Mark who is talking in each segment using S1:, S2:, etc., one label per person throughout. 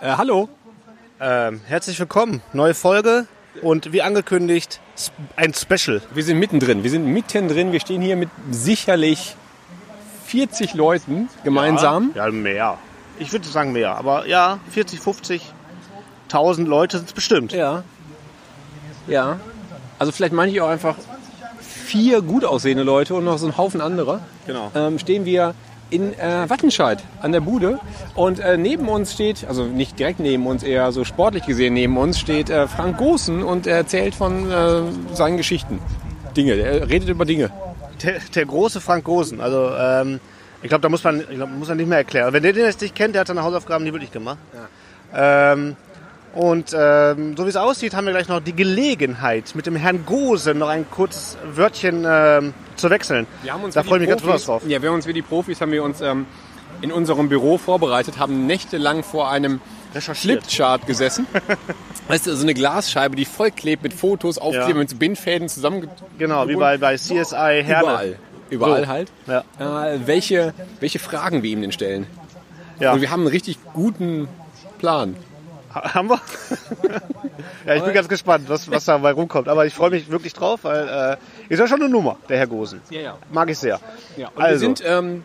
S1: Äh, hallo.
S2: Ähm, herzlich willkommen. Neue Folge und wie angekündigt sp- ein Special.
S1: Wir sind mittendrin. Wir sind mittendrin. Wir stehen hier mit sicherlich 40 Leuten gemeinsam.
S2: Ja, mehr. Ich würde sagen mehr, aber ja, 40, 50, 1000 Leute sind es bestimmt.
S1: Ja. Ja. Also vielleicht meine ich auch einfach vier gut aussehende Leute und noch so ein Haufen anderer.
S2: Genau.
S1: Ähm, stehen wir in äh, Wattenscheid an der Bude und äh, neben uns steht, also nicht direkt neben uns, eher so sportlich gesehen neben uns steht äh, Frank Gosen und er erzählt von äh, seinen Geschichten. Dinge, er redet über Dinge.
S2: Der, der große Frank Gosen, also ähm, ich glaube, da muss man, ich glaub, muss man nicht mehr erklären. Wenn der den jetzt nicht kennt, der hat seine Hausaufgaben nie wirklich gemacht. Ähm, und ähm, so wie es aussieht, haben wir gleich noch die Gelegenheit, mit dem Herrn Gosen noch ein kurzes Wörtchen ähm, zu wechseln. da
S1: wie
S2: freue ich
S1: die
S2: mich
S1: Profis-
S2: ganz besonders drauf.
S1: Ja, wir haben uns wie die Profis haben wir uns ähm, in unserem Büro vorbereitet, haben nächtelang vor einem
S2: Recherchiert.
S1: Flipchart gesessen. weißt du, so eine Glasscheibe, die vollklebt mit Fotos, aufkleben,
S2: Ja.
S1: mit so Bindfäden zusammen.
S2: Genau, wie bei, bei CSI Herne.
S1: Überall. Überall
S2: So.
S1: halt.
S2: Ja.
S1: Äh, welche, welche Fragen wir ihm denn stellen.
S2: Ja.
S1: Und wir haben einen richtig guten Plan.
S2: Ha- Haben wir? ja, ich bin ganz gespannt, was, was dabei rumkommt. Aber ich freue mich wirklich drauf, weil äh, ist ja schon eine Nummer, der Herr Gosen.
S1: Ja, ja.
S2: Mag ich sehr.
S1: Ja, und wir
S2: also,
S1: sind, ähm,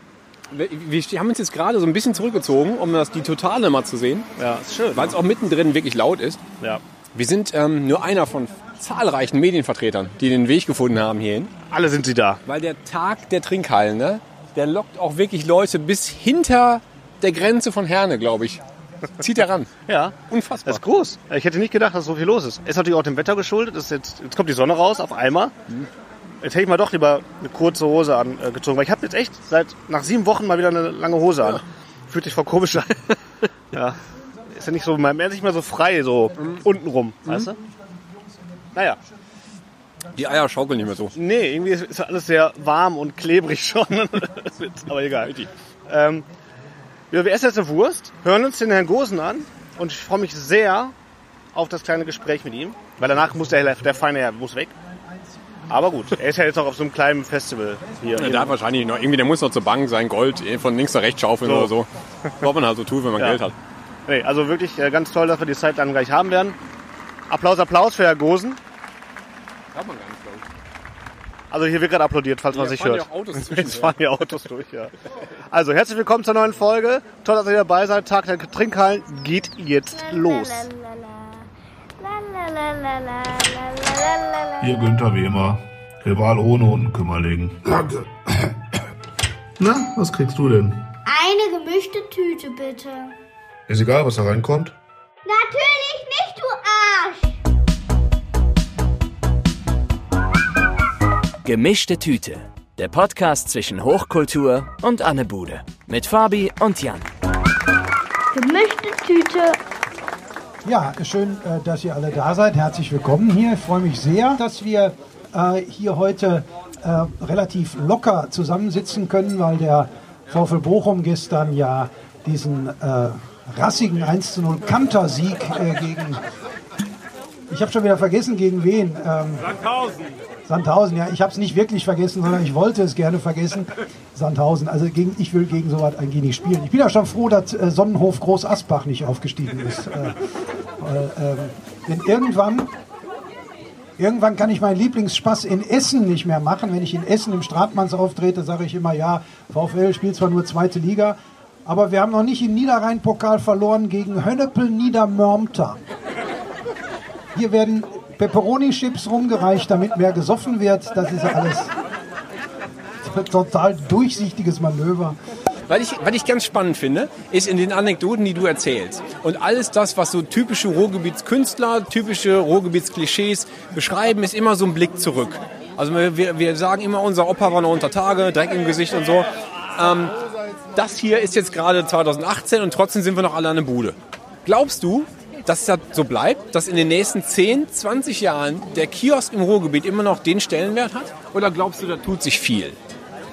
S1: wir, wir ste- haben uns jetzt gerade so ein bisschen zurückgezogen, um das, die Totale mal zu sehen,
S2: ja, ist schön. ne?
S1: weil es auch mittendrin wirklich laut ist.
S2: Ja.
S1: Wir sind ähm, nur einer von zahlreichen Medienvertretern, die den Weg gefunden haben hierhin.
S2: Alle sind sie da.
S1: Weil der Tag der Trinkhallen, ne, der lockt auch wirklich Leute bis hinter der Grenze von Herne, glaube ich. Zieht er ran.
S2: Ja.
S1: Unfassbar.
S2: Das ist groß. Ich hätte nicht gedacht, dass so viel los ist. Ist natürlich auch dem Wetter geschuldet. Ist jetzt, jetzt kommt die Sonne raus auf einmal. Jetzt hätte ich mal doch lieber eine kurze Hose angezogen, weil ich habe jetzt echt seit nach sieben Wochen mal wieder eine lange Hose an. Fühlt sich voll komisch an. ja. Ist ja nicht so, man ist nicht mehr so frei, so untenrum, Mhm. weißt du? Naja,
S1: Die Eier schaukeln nicht mehr so.
S2: nee, irgendwie ist, ist alles sehr warm und klebrig schon. Das wird- Aber egal. Ähm, wir wir essen jetzt eine Wurst, hören uns den Herrn Gosen an und ich freue mich sehr auf das kleine Gespräch mit ihm, weil danach muss der, der Feine ja muss weg. Aber gut, er ist ja jetzt auch auf so einem kleinen Festival hier.
S1: Der darf wahrscheinlich noch, irgendwie, der muss noch zur Bank sein Gold eh, von links nach rechts schaufeln
S2: So.
S1: oder so. Was man halt so tut, wenn man
S2: Ja.
S1: Geld hat.
S2: Nee, also wirklich äh, ganz toll, dass wir die Zeit dann gleich haben werden. Applaus, Applaus für Herrn Gosen.
S1: Hat man gar nicht, glaube
S2: Also hier wird gerade applaudiert, falls man
S1: Hier
S2: sich
S1: fahren
S2: hört.
S1: ja auch Autos ne? zwischen,
S2: Jetzt fahren ja Autos durch, ja. Also herzlich willkommen zur neuen Folge. Toll, dass ihr dabei seid. Tag der Trinkhallen geht jetzt los.
S3: Ihr Günther wie immer. Rival ohne Unkümmerling.
S4: Danke.
S3: Na, was kriegst du denn?
S5: Eine gemischte Tüte bitte.
S3: Ist egal, was da reinkommt.
S5: Natürlich nicht, du Arsch!
S6: Gemischte Tüte. Der Podcast zwischen Hochkultur und Anne Bude. Mit Fabi und Jan.
S5: Gemischte Tüte.
S7: Ja, schön, äh, dass ihr alle da seid. Herzlich willkommen hier. Ich freue mich sehr, dass wir äh, hier heute äh, relativ locker zusammensitzen können, weil der VfL Bochum gestern ja diesen äh, rassigen 1-0 Kantersieg äh, gegen. Ich habe schon wieder vergessen, gegen wen. Ähm, Sandhausen, ja, ich habe es nicht wirklich vergessen, sondern ich wollte es gerne vergessen. Sandhausen, also gegen, ich will gegen sowas eigentlich nicht spielen. Ich bin ja schon froh, dass äh, Sonnenhof Groß Asbach nicht aufgestiegen ist. Äh, weil, ähm, denn irgendwann, irgendwann kann ich meinen Lieblingsspaß in Essen nicht mehr machen. Wenn ich in Essen im Stratmanns auftrete, sage ich immer, ja, VfL spielt zwar nur zweite Liga, aber wir haben noch nicht im Niederrhein-Pokal verloren gegen Hönnepel Niedermörmter. Hier werden Pepperoni-Chips rumgereicht, damit mehr gesoffen wird. Das ist alles ein total durchsichtiges Manöver.
S1: Was ich, was ich ganz spannend finde, ist in den Anekdoten, die du erzählst. Und alles das, was so typische Ruhrgebietskünstler, typische Ruhrgebietsklischees beschreiben, ist immer so ein Blick zurück. Also wir, wir- wir sagen immer, unser Opa war noch unter Tage, Dreck im Gesicht und so. Ähm, das hier ist jetzt gerade 2018 und trotzdem sind wir noch alle an der Bude. Glaubst du, dass das so bleibt, dass in den nächsten 10, 20 Jahren der Kiosk im Ruhrgebiet immer noch den Stellenwert hat? Oder glaubst du, da tut sich viel?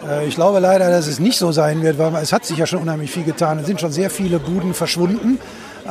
S7: Äh, Ich glaube leider, dass es nicht so sein wird, weil es hat sich ja schon unheimlich viel getan. Es sind schon sehr viele Buden verschwunden.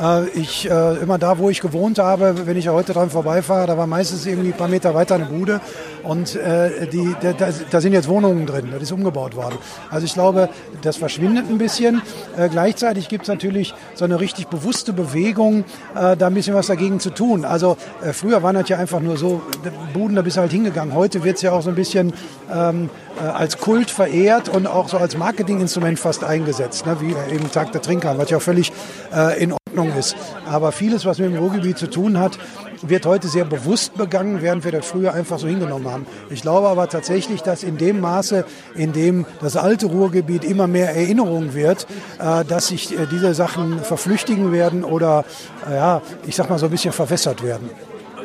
S7: Äh, ich, äh, immer da, wo ich gewohnt habe, wenn ich heute dran vorbeifahre, da war meistens irgendwie ein paar Meter weiter eine Bude und äh, die, da, da, da sind jetzt Wohnungen drin, das ist umgebaut worden. Also ich glaube, das verschwindet ein bisschen. Äh, gleichzeitig gibt es natürlich so eine richtig bewusste Bewegung, äh, da ein bisschen was dagegen zu tun. Also äh, früher waren das ja einfach nur so äh, Buden, da bist du halt hingegangen. Heute wird es ja auch so ein bisschen ähm, äh, als Kult verehrt und auch so als Marketinginstrument fast eingesetzt, ne? wie äh, eben Tag der Trinker, was ja auch völlig äh, in Ordnung ist. Aber vieles, was mit dem Ruhrgebiet zu tun hat, wird heute sehr bewusst begangen, während wir das früher einfach so hingenommen haben. Ich glaube aber tatsächlich, dass in dem Maße, in dem das alte Ruhrgebiet immer mehr Erinnerung wird, äh, dass sich äh, diese Sachen verflüchtigen werden oder, äh, ja, ich sag mal so ein bisschen verwässert werden.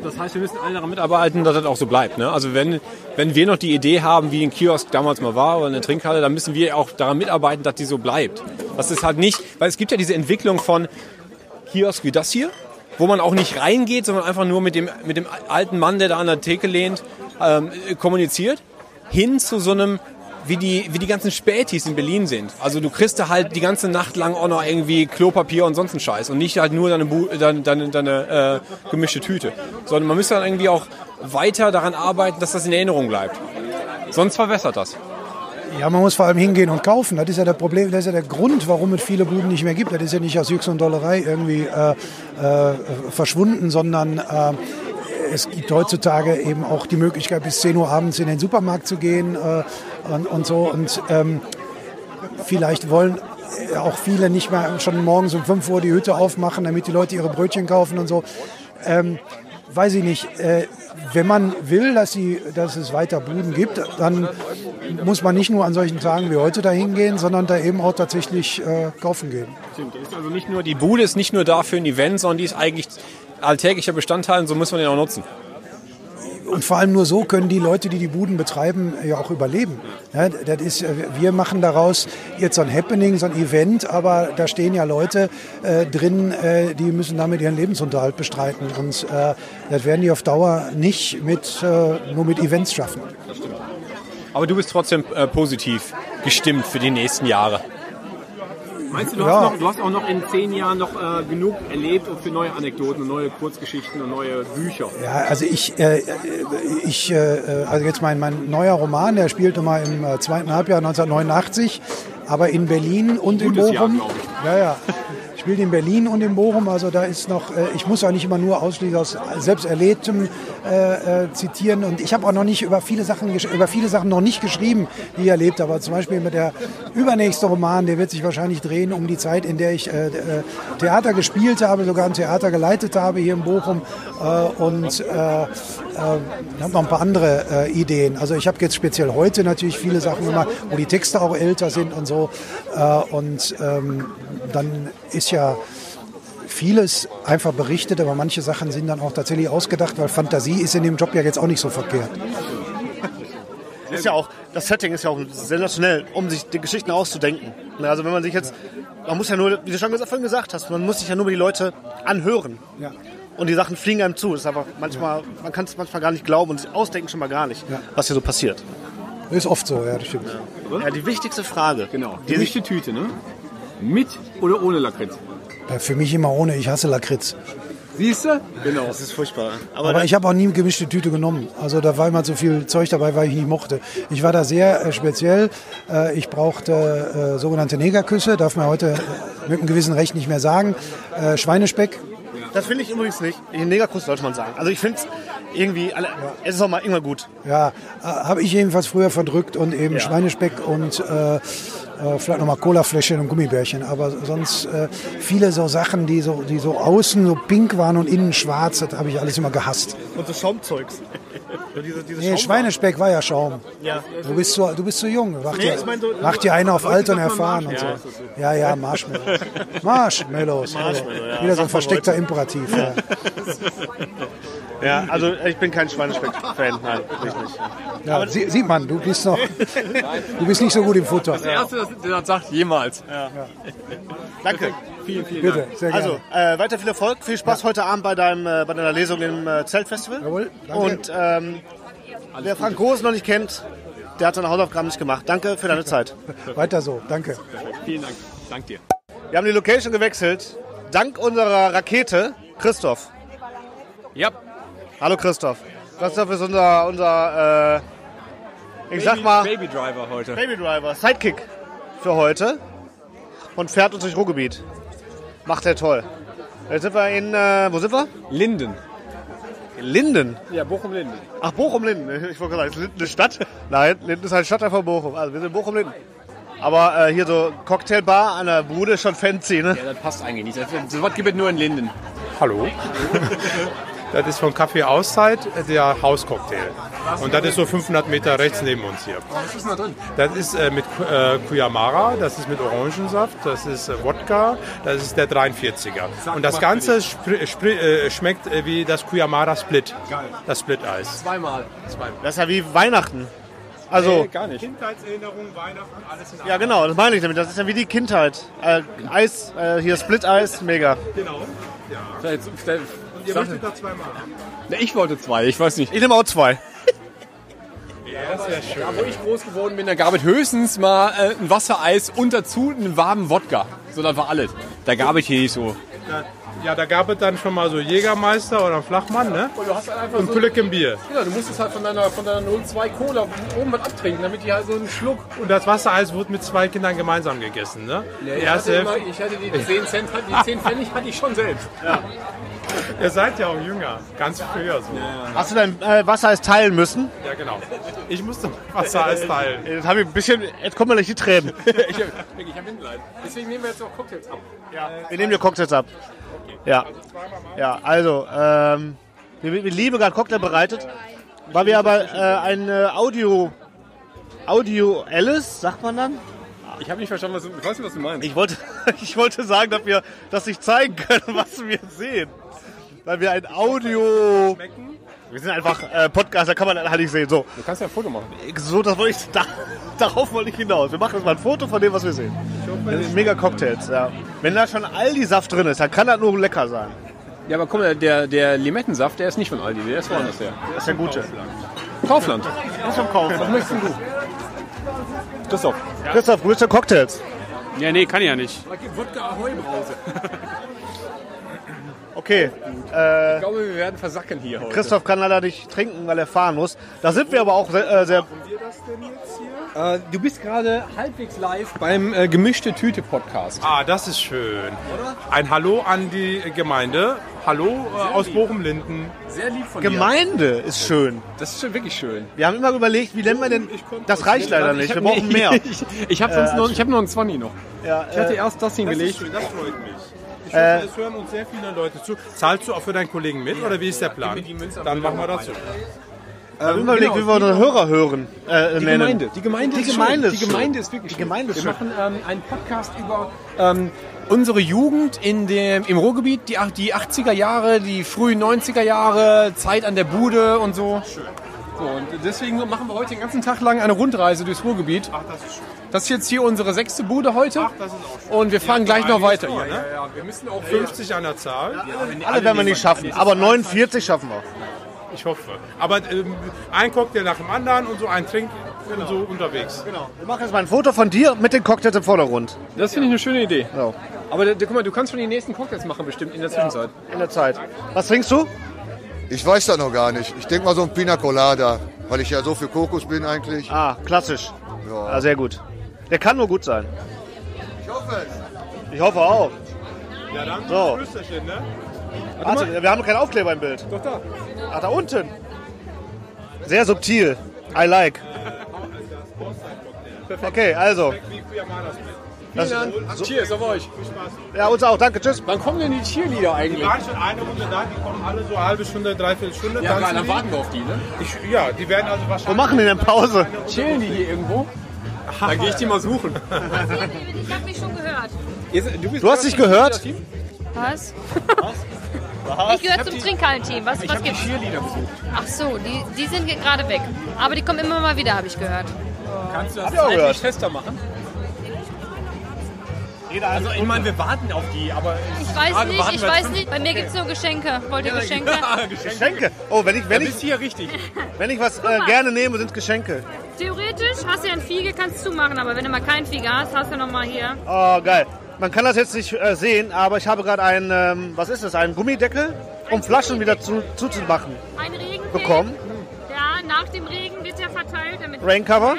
S1: Das heißt, wir müssen alle daran mitarbeiten, dass das auch so bleibt. Ne? Also wenn, wenn wir noch die Idee haben, wie ein Kiosk damals mal war oder eine Trinkhalle, dann müssen wir auch daran mitarbeiten, dass die so bleibt. Das ist halt nicht, weil es gibt ja diese Entwicklung von Kiosk wie das hier, wo man auch nicht reingeht, sondern einfach nur mit dem, mit dem alten Mann, der da an der Theke lehnt, ähm, kommuniziert, hin zu so einem wie die, wie die ganzen Spätis in Berlin sind. Also du kriegst da halt die ganze Nacht lang auch noch irgendwie Klopapier und sonst einen Scheiß und nicht halt nur deine, Bu deine, deine, deine äh, gemischte Tüte. Sondern man müsste dann irgendwie auch weiter daran arbeiten, dass das in Erinnerung bleibt. Sonst verwässert das.
S7: Ja, man muss vor allem hingehen und kaufen. Das ist ja der Problem, das ist ja der Grund, warum es viele Buden nicht mehr gibt. Das ist ja nicht aus Jux und Dollerei irgendwie äh, äh, verschwunden, sondern äh, es gibt heutzutage eben auch die Möglichkeit, bis 10 Uhr abends in den Supermarkt zu gehen äh, und, und so. Und ähm, vielleicht wollen auch viele nicht mehr schon morgens um 5 Uhr die Hütte aufmachen, damit die Leute ihre Brötchen kaufen und so. Ähm, weiß ich nicht, äh, wenn man will, dass, sie, dass es weiter Buden gibt, dann muss man nicht nur an solchen Tagen wie heute dahin gehen, sondern da eben auch tatsächlich äh, kaufen gehen.
S1: Also nicht nur die Bude ist nicht nur da für ein Event, sondern die ist eigentlich alltäglicher Bestandteil und so muss man den auch nutzen.
S7: Und vor allem nur so können die Leute, die die Buden betreiben, ja auch überleben. Ja, das ist, äh, wir machen daraus jetzt so ein Happening, so ein Event, aber da stehen ja Leute äh, drin, äh, die müssen damit ihren Lebensunterhalt bestreiten. Und äh, das werden die auf Dauer nicht mit, äh, nur mit Events schaffen.
S1: Aber du bist trotzdem äh, positiv gestimmt für die nächsten Jahre. Meinst du, du,
S7: Ja.
S1: hast, noch, du hast auch noch in zehn Jahren noch äh, genug erlebt und für neue Anekdoten und neue Kurzgeschichten und neue Bücher?
S7: Ja, also ich, äh, ich äh, also jetzt mein, mein neuer Roman, der spielte mal im äh, zweiten Halbjahr 1989, aber in Berlin und in
S1: Gutes Jahr,
S7: Bochum.
S1: glaub
S7: ja, ja. Ich spiele in Berlin und in Bochum, also da ist noch, äh, ich muss auch nicht immer nur ausschließlich aus selbst Erlebtem äh, äh, zitieren und ich habe auch noch nicht über viele Sachen gesch- über viele Sachen noch nicht geschrieben, die ich erlebt habe. Zum Beispiel mit der übernächste Roman, der wird sich wahrscheinlich drehen um die Zeit, in der ich äh, äh, Theater gespielt habe, sogar ein Theater geleitet habe hier in Bochum äh, und äh, äh, habe noch ein paar andere äh, Ideen. Also ich habe jetzt speziell heute natürlich viele Sachen gemacht, wo die Texte auch älter sind und so äh, und ähm, dann ist ja vieles einfach berichtet, aber manche Sachen sind dann auch tatsächlich ausgedacht, weil Fantasie ist in dem Job ja jetzt auch nicht so verkehrt.
S2: Ist ja auch, das Setting ist ja auch sensationell, um sich die Geschichten auszudenken. Na, Also wenn man sich jetzt, man muss ja nur, wie du schon gesagt- vorhin gesagt hast, man muss sich ja nur über die Leute anhören.
S7: Ja.
S2: Und die Sachen fliegen einem zu. Das ist einfach manchmal, man kann es manchmal gar nicht glauben und sich ausdenken schon mal gar nicht,
S7: Ja.
S2: was hier so passiert.
S7: Ist oft so, ja, das stimmt.
S2: Ja, die wichtigste Frage.
S1: Genau.
S2: Die sich,
S1: Gemischte Tüte, ne? Mit oder ohne Lakritz?
S7: Ja, Für mich immer ohne, ich hasse Lakritz.
S1: Siehst du? Genau.
S2: das ist furchtbar. Aber,
S7: Aber
S2: aber
S7: ich habe auch nie gemischte Tüte genommen. Also da war immer zu viel Zeug dabei, weil ich nicht mochte. Ich war da sehr äh, speziell. Äh, ich brauchte äh, sogenannte Negerküsse, darf man heute äh, mit einem gewissen Recht nicht mehr sagen. Äh, Schweinespeck,
S2: das finde ich übrigens nicht. Den Negerkuss sollte man sagen. Also ich finde es irgendwie, alle, es ist auch mal immer gut.
S7: ja, äh, habe ich jedenfalls früher verdrückt und eben
S2: Ja.
S7: Schweinespeck und äh, äh, vielleicht nochmal Colafläschchen und Gummibärchen. Aber sonst äh, viele so Sachen, die so, die so außen so pink waren und innen schwarz, das habe ich alles immer gehasst.
S2: Und so Schaumzeugs. So diese, diese
S7: Nee,
S2: Schaum-
S7: Schweinespeck war ja Schaum.
S2: Ja.
S7: Du bist so, du bist so jung. Mach dir,
S2: ich mein so-
S7: mach dir einen auf
S2: Leute,
S7: alt und
S2: sagt man
S7: erfahren und so. Ja, ja, Marshmallows. Marshmallows.
S2: Marshmallow, ja.
S7: Äh, Wieder
S2: Sagt
S7: so
S2: man
S7: ein versteckter
S2: heute.
S7: Imperativ. Ja.
S2: Ja, also ich bin kein Schweinespeck-Fan. Nein, bin ich nicht.
S7: Ja, sie, sieht man, du bist noch, du bist nicht so gut im Futter.
S1: Erste, das, das sagt jemals.
S2: Danke.
S7: Bitte, sehr gerne.
S2: Also, äh, weiter viel Erfolg, viel Spaß heute Abend bei, deinem, äh, bei deiner Lesung im äh, Zeltfestival.
S7: Jawohl, danke.
S2: Und ähm, wer Frank Groß noch nicht kennt, der hat seine Hausaufgaben nicht gemacht. Danke für deine Zeit.
S7: Weiter so, danke.
S1: Vielen Dank. Dank dir.
S2: Wir haben die Location gewechselt Dank unserer Rakete, Christoph.
S1: Ja,
S2: Hallo Christoph. Christoph ist unser, unser äh, ich sag mal,
S1: Baby Driver heute.
S2: Baby Driver, Sidekick für heute und fährt uns durch Ruhrgebiet. Macht er toll. Jetzt sind wir in, äh, wo sind wir?
S1: Linden.
S2: Linden.
S1: Ja, Bochum-Linden.
S2: Ach, Bochum-Linden. Ich wollte gerade sagen, ist Linden eine Stadt? Nein, Linden ist halt Stadtteil von Bochum. Also wir sind in Bochum-Linden. Aber äh, hier so Cocktailbar an der Bude ist schon fancy, ne?
S1: Ja, das passt eigentlich nicht. Das- So was gibt es nur in Linden.
S4: Hallo. Das ist von Kaffee Auszeit der Hauscocktail. Und das ist so 500 Meter rechts neben uns hier.
S1: Was Oh, ist denn da drin?
S4: Das ist äh, mit Ku- äh, Kuyamara, das ist mit Orangensaft, das ist äh, Wodka, das ist der 43er. Und das Ganze spri- spri- äh, schmeckt äh, wie das Kuyamara Split, das Split-Eis.
S1: Zweimal. Zweimal.
S2: Das ist ja wie Weihnachten. Also,
S1: Gar nicht.
S4: Kindheitserinnerung, Weihnachten, alles in
S2: ja genau, das meine ich damit. Das ist ja wie die Kindheit. Äh, Eis, äh, hier Split-Eis, mega.
S4: Genau.
S1: Vielleicht, vielleicht,
S4: Ihr
S1: Sache.
S4: möchtet da zweimal haben.
S1: Na, ich wollte zwei, ich weiß nicht.
S2: Ich nehme auch zwei.
S1: Da, wo ich groß geworden bin, da gab es höchstens mal äh, ein Wassereis und dazu einen warmen Wodka. So, das war alles. Da gab es hier nicht so.
S4: Da- Ja, da gab es dann schon mal so Jägermeister oder Flachmann, ne?
S1: Und du hast halt einfach
S4: Und Püllekenbier.
S1: Genau, du musstest halt von deiner, von deiner 02 Cola oben was abtrinken, damit die halt so einen Schluck.
S4: Und das Wassereis wurde mit zwei Kindern gemeinsam gegessen, ne? Die erste Hälfte-
S1: ich hatte die 10 Cent, die 10 Pfennig hatte ich schon selbst.
S4: Ihr seid ja auch jünger, ganz früher so. Ja,
S2: Hast du dein äh, Wassereis teilen müssen?
S4: genau. Ich musste mein Wassereis teilen.
S2: Jetzt habe ich ein bisschen, jetzt kommen mir gleich die Tränen.
S1: Ich habe hab Mitleid. Deswegen nehmen wir jetzt auch Cocktails ab.
S2: Wir nehmen dir Cocktails ab. Ja. Ja, also, ähm, wir, wir lieben gerade Cocktail bereitet, weil wir aber äh, ein äh, Audio. Audio Alice, sagt man dann?
S1: Ich habe nicht verstanden, was du, ich weiß nicht, was du meinst.
S2: Ich wollte, ich wollte sagen, dass wir das nicht zeigen können, was wir sehen. Weil wir ein Audio. Wir sind einfach äh, Podcast, da kann man das halt nicht sehen. So, Äh,
S1: du kannst ja ein Foto machen.
S2: so das wollte ich, da, darauf wollte ich hinaus. Wir machen jetzt mal ein Foto von dem, was wir sehen. Das sind mega Cocktails, ja. Wenn da schon Aldi-Saft drin ist, dann kann das nur lecker sein.
S1: Ja, aber guck mal, der, der Limettensaft, der ist nicht von Aldi, der ist woanders her.
S2: Das ist der gute.
S1: Kaufland.
S2: Das ist vom Kauf.
S1: möchtest du? Christoph.
S2: Christoph, grüße Cocktails.
S8: Ja, nee, kann ich ja nicht.
S1: Da gibt Wodka Ahoi Brause.
S2: Okay,
S1: Ich glaube, wir werden versacken hier heute.
S2: Äh, Christoph kann leider nicht trinken, weil er fahren muss. Da sind wir aber auch sehr, äh, sehr
S1: Äh, du bist gerade halbwegs live beim äh, Gemischte Tüte Podcast.
S4: Ah, das ist schön. Ein Hallo an die Gemeinde. Hallo äh, aus Bochum-Linden.
S1: Sehr lieb von
S2: Gemeinde ist schön.
S1: Das ist schon wirklich schön. Uh,
S2: Wir haben immer überlegt, wie nennen wir denn... Das reicht leider nicht, wir brauchen mehr. Äh,
S1: ich ich habe sonst noch, ich hab noch einen 20 noch.
S2: Ja,
S1: Ich hatte
S2: äh,
S1: erst
S4: Das
S1: das
S4: ist
S1: hingelegt.
S4: schön, das freut mich. Ich hoffe, es hören uns sehr viele Leute zu. Zahlst du auch für deinen Kollegen mit oder wie ist der Plan? Dann machen wir das so. Ähm,
S2: wir haben überlegt, wie wir unsere Hörer hören. Äh,
S1: Ähm, genau. Die
S2: nennen.
S1: Gemeinde. Die Gemeinde,
S2: Die
S1: ist,
S2: Gemeinde
S1: schön.
S2: ist
S1: Die Gemeinde
S2: schön.
S1: ist wirklich
S2: Die Gemeinde ist
S1: schön. Wir machen ähm, einen Podcast über ähm, unsere Jugend in dem, im Ruhrgebiet, die, ach- die 80er Jahre, die frühen 90er Jahre, Zeit an der Bude und so. So, und deswegen machen wir heute den ganzen Tag lang eine Rundreise durchs Ruhrgebiet. Ach, das ist schön. Das ist jetzt hier unsere sechste Bude heute. Ach,
S4: das ist auch
S1: Und wir fahren gleich noch weiter.
S4: Vor, ne?
S1: ja, wir müssen auch
S4: 50 an der Zahl.
S2: Alle werden wir nicht schaffen, aber 49 schaffen wir.
S4: Ich hoffe. Aber ähm, ein Cocktail nach dem anderen und so ein Trink und so unterwegs.
S2: Wir machen jetzt mal ein Foto von dir mit den Cocktails im Vordergrund.
S1: Das finde ich eine schöne Idee.
S2: So,
S1: Aber da- guck mal, du kannst schon die nächsten Cocktails machen bestimmt in der Zwischenzeit.
S2: in der Zeit. Was trinkst du?
S9: Ich weiß das noch gar nicht. Ich denke mal so ein Pina Colada, weil ich ja so für Kokos bin eigentlich.
S2: Ah, klassisch. Ah, sehr gut. Der kann nur gut sein.
S9: Ich hoffe es.
S2: Ich hoffe auch.
S4: Ja, dann
S2: So.
S4: Prösterchen, ne?
S2: Warte, wir haben keinen Aufkleber im Bild. Doch da. Ah, da unten. Sehr subtil. I like. Okay, also. Das,
S1: So. Cheers auf euch.
S2: ja, uns auch. Danke. Tschüss.
S1: Wann kommen denn die Cheerleader
S4: Die
S1: eigentlich?
S4: waren schon eine Runde da, die kommen alle so eine halbe Stunde, dreiviertel Stunde.
S1: Ja,
S4: tanzen
S1: klar, dann
S4: die.
S1: warten wir auf die, ne?
S4: Ich, ja, die werden also
S2: Wo
S4: wahrscheinlich.
S2: machen die denn Pause?
S1: Chillen die hier irgendwo? Dann gehe ich die mal suchen.
S10: Ich habe mich schon gehört.
S1: Du,
S2: Du hast dich gehört?
S10: Was? Ich gehöre zum Trinkhallenteam. Was, was gibt's?
S1: Cheerleader besucht.
S10: Ach so, die, die sind ge- gerade weg. Aber die kommen immer mal wieder, habe ich gehört.
S1: Kannst du das
S2: ich auch
S1: zeitlich
S2: gehört.
S1: fester machen? Also ich meine, wir warten auf die, aber
S10: Ich weiß
S1: Gerade
S10: nicht,
S1: warten
S10: ich
S1: wir
S10: weiß
S1: jetzt
S10: nicht. Bei mir gibt es nur Geschenke. Wollt ihr Geschenke?
S2: Geschenke. Oh, wenn ich, wenn ich,
S1: ist hier richtig.
S2: wenn ich was äh, gerne nehme, sind Geschenke.
S10: Theoretisch hast du ja einen Fiege, kannst du machen. Aber wenn du mal keinen Fiege hast, hast du nochmal hier.
S2: Oh, geil. Man kann das jetzt nicht äh, sehen, aber ich habe gerade einen, ähm, was ist das, einen Gummideckel, um Flaschen wieder zu, zuzumachen.
S10: Ein Regenfilm.
S2: Bekommen.
S10: Ja, nach dem Regen wird der verteilt. Damit
S2: Raincover.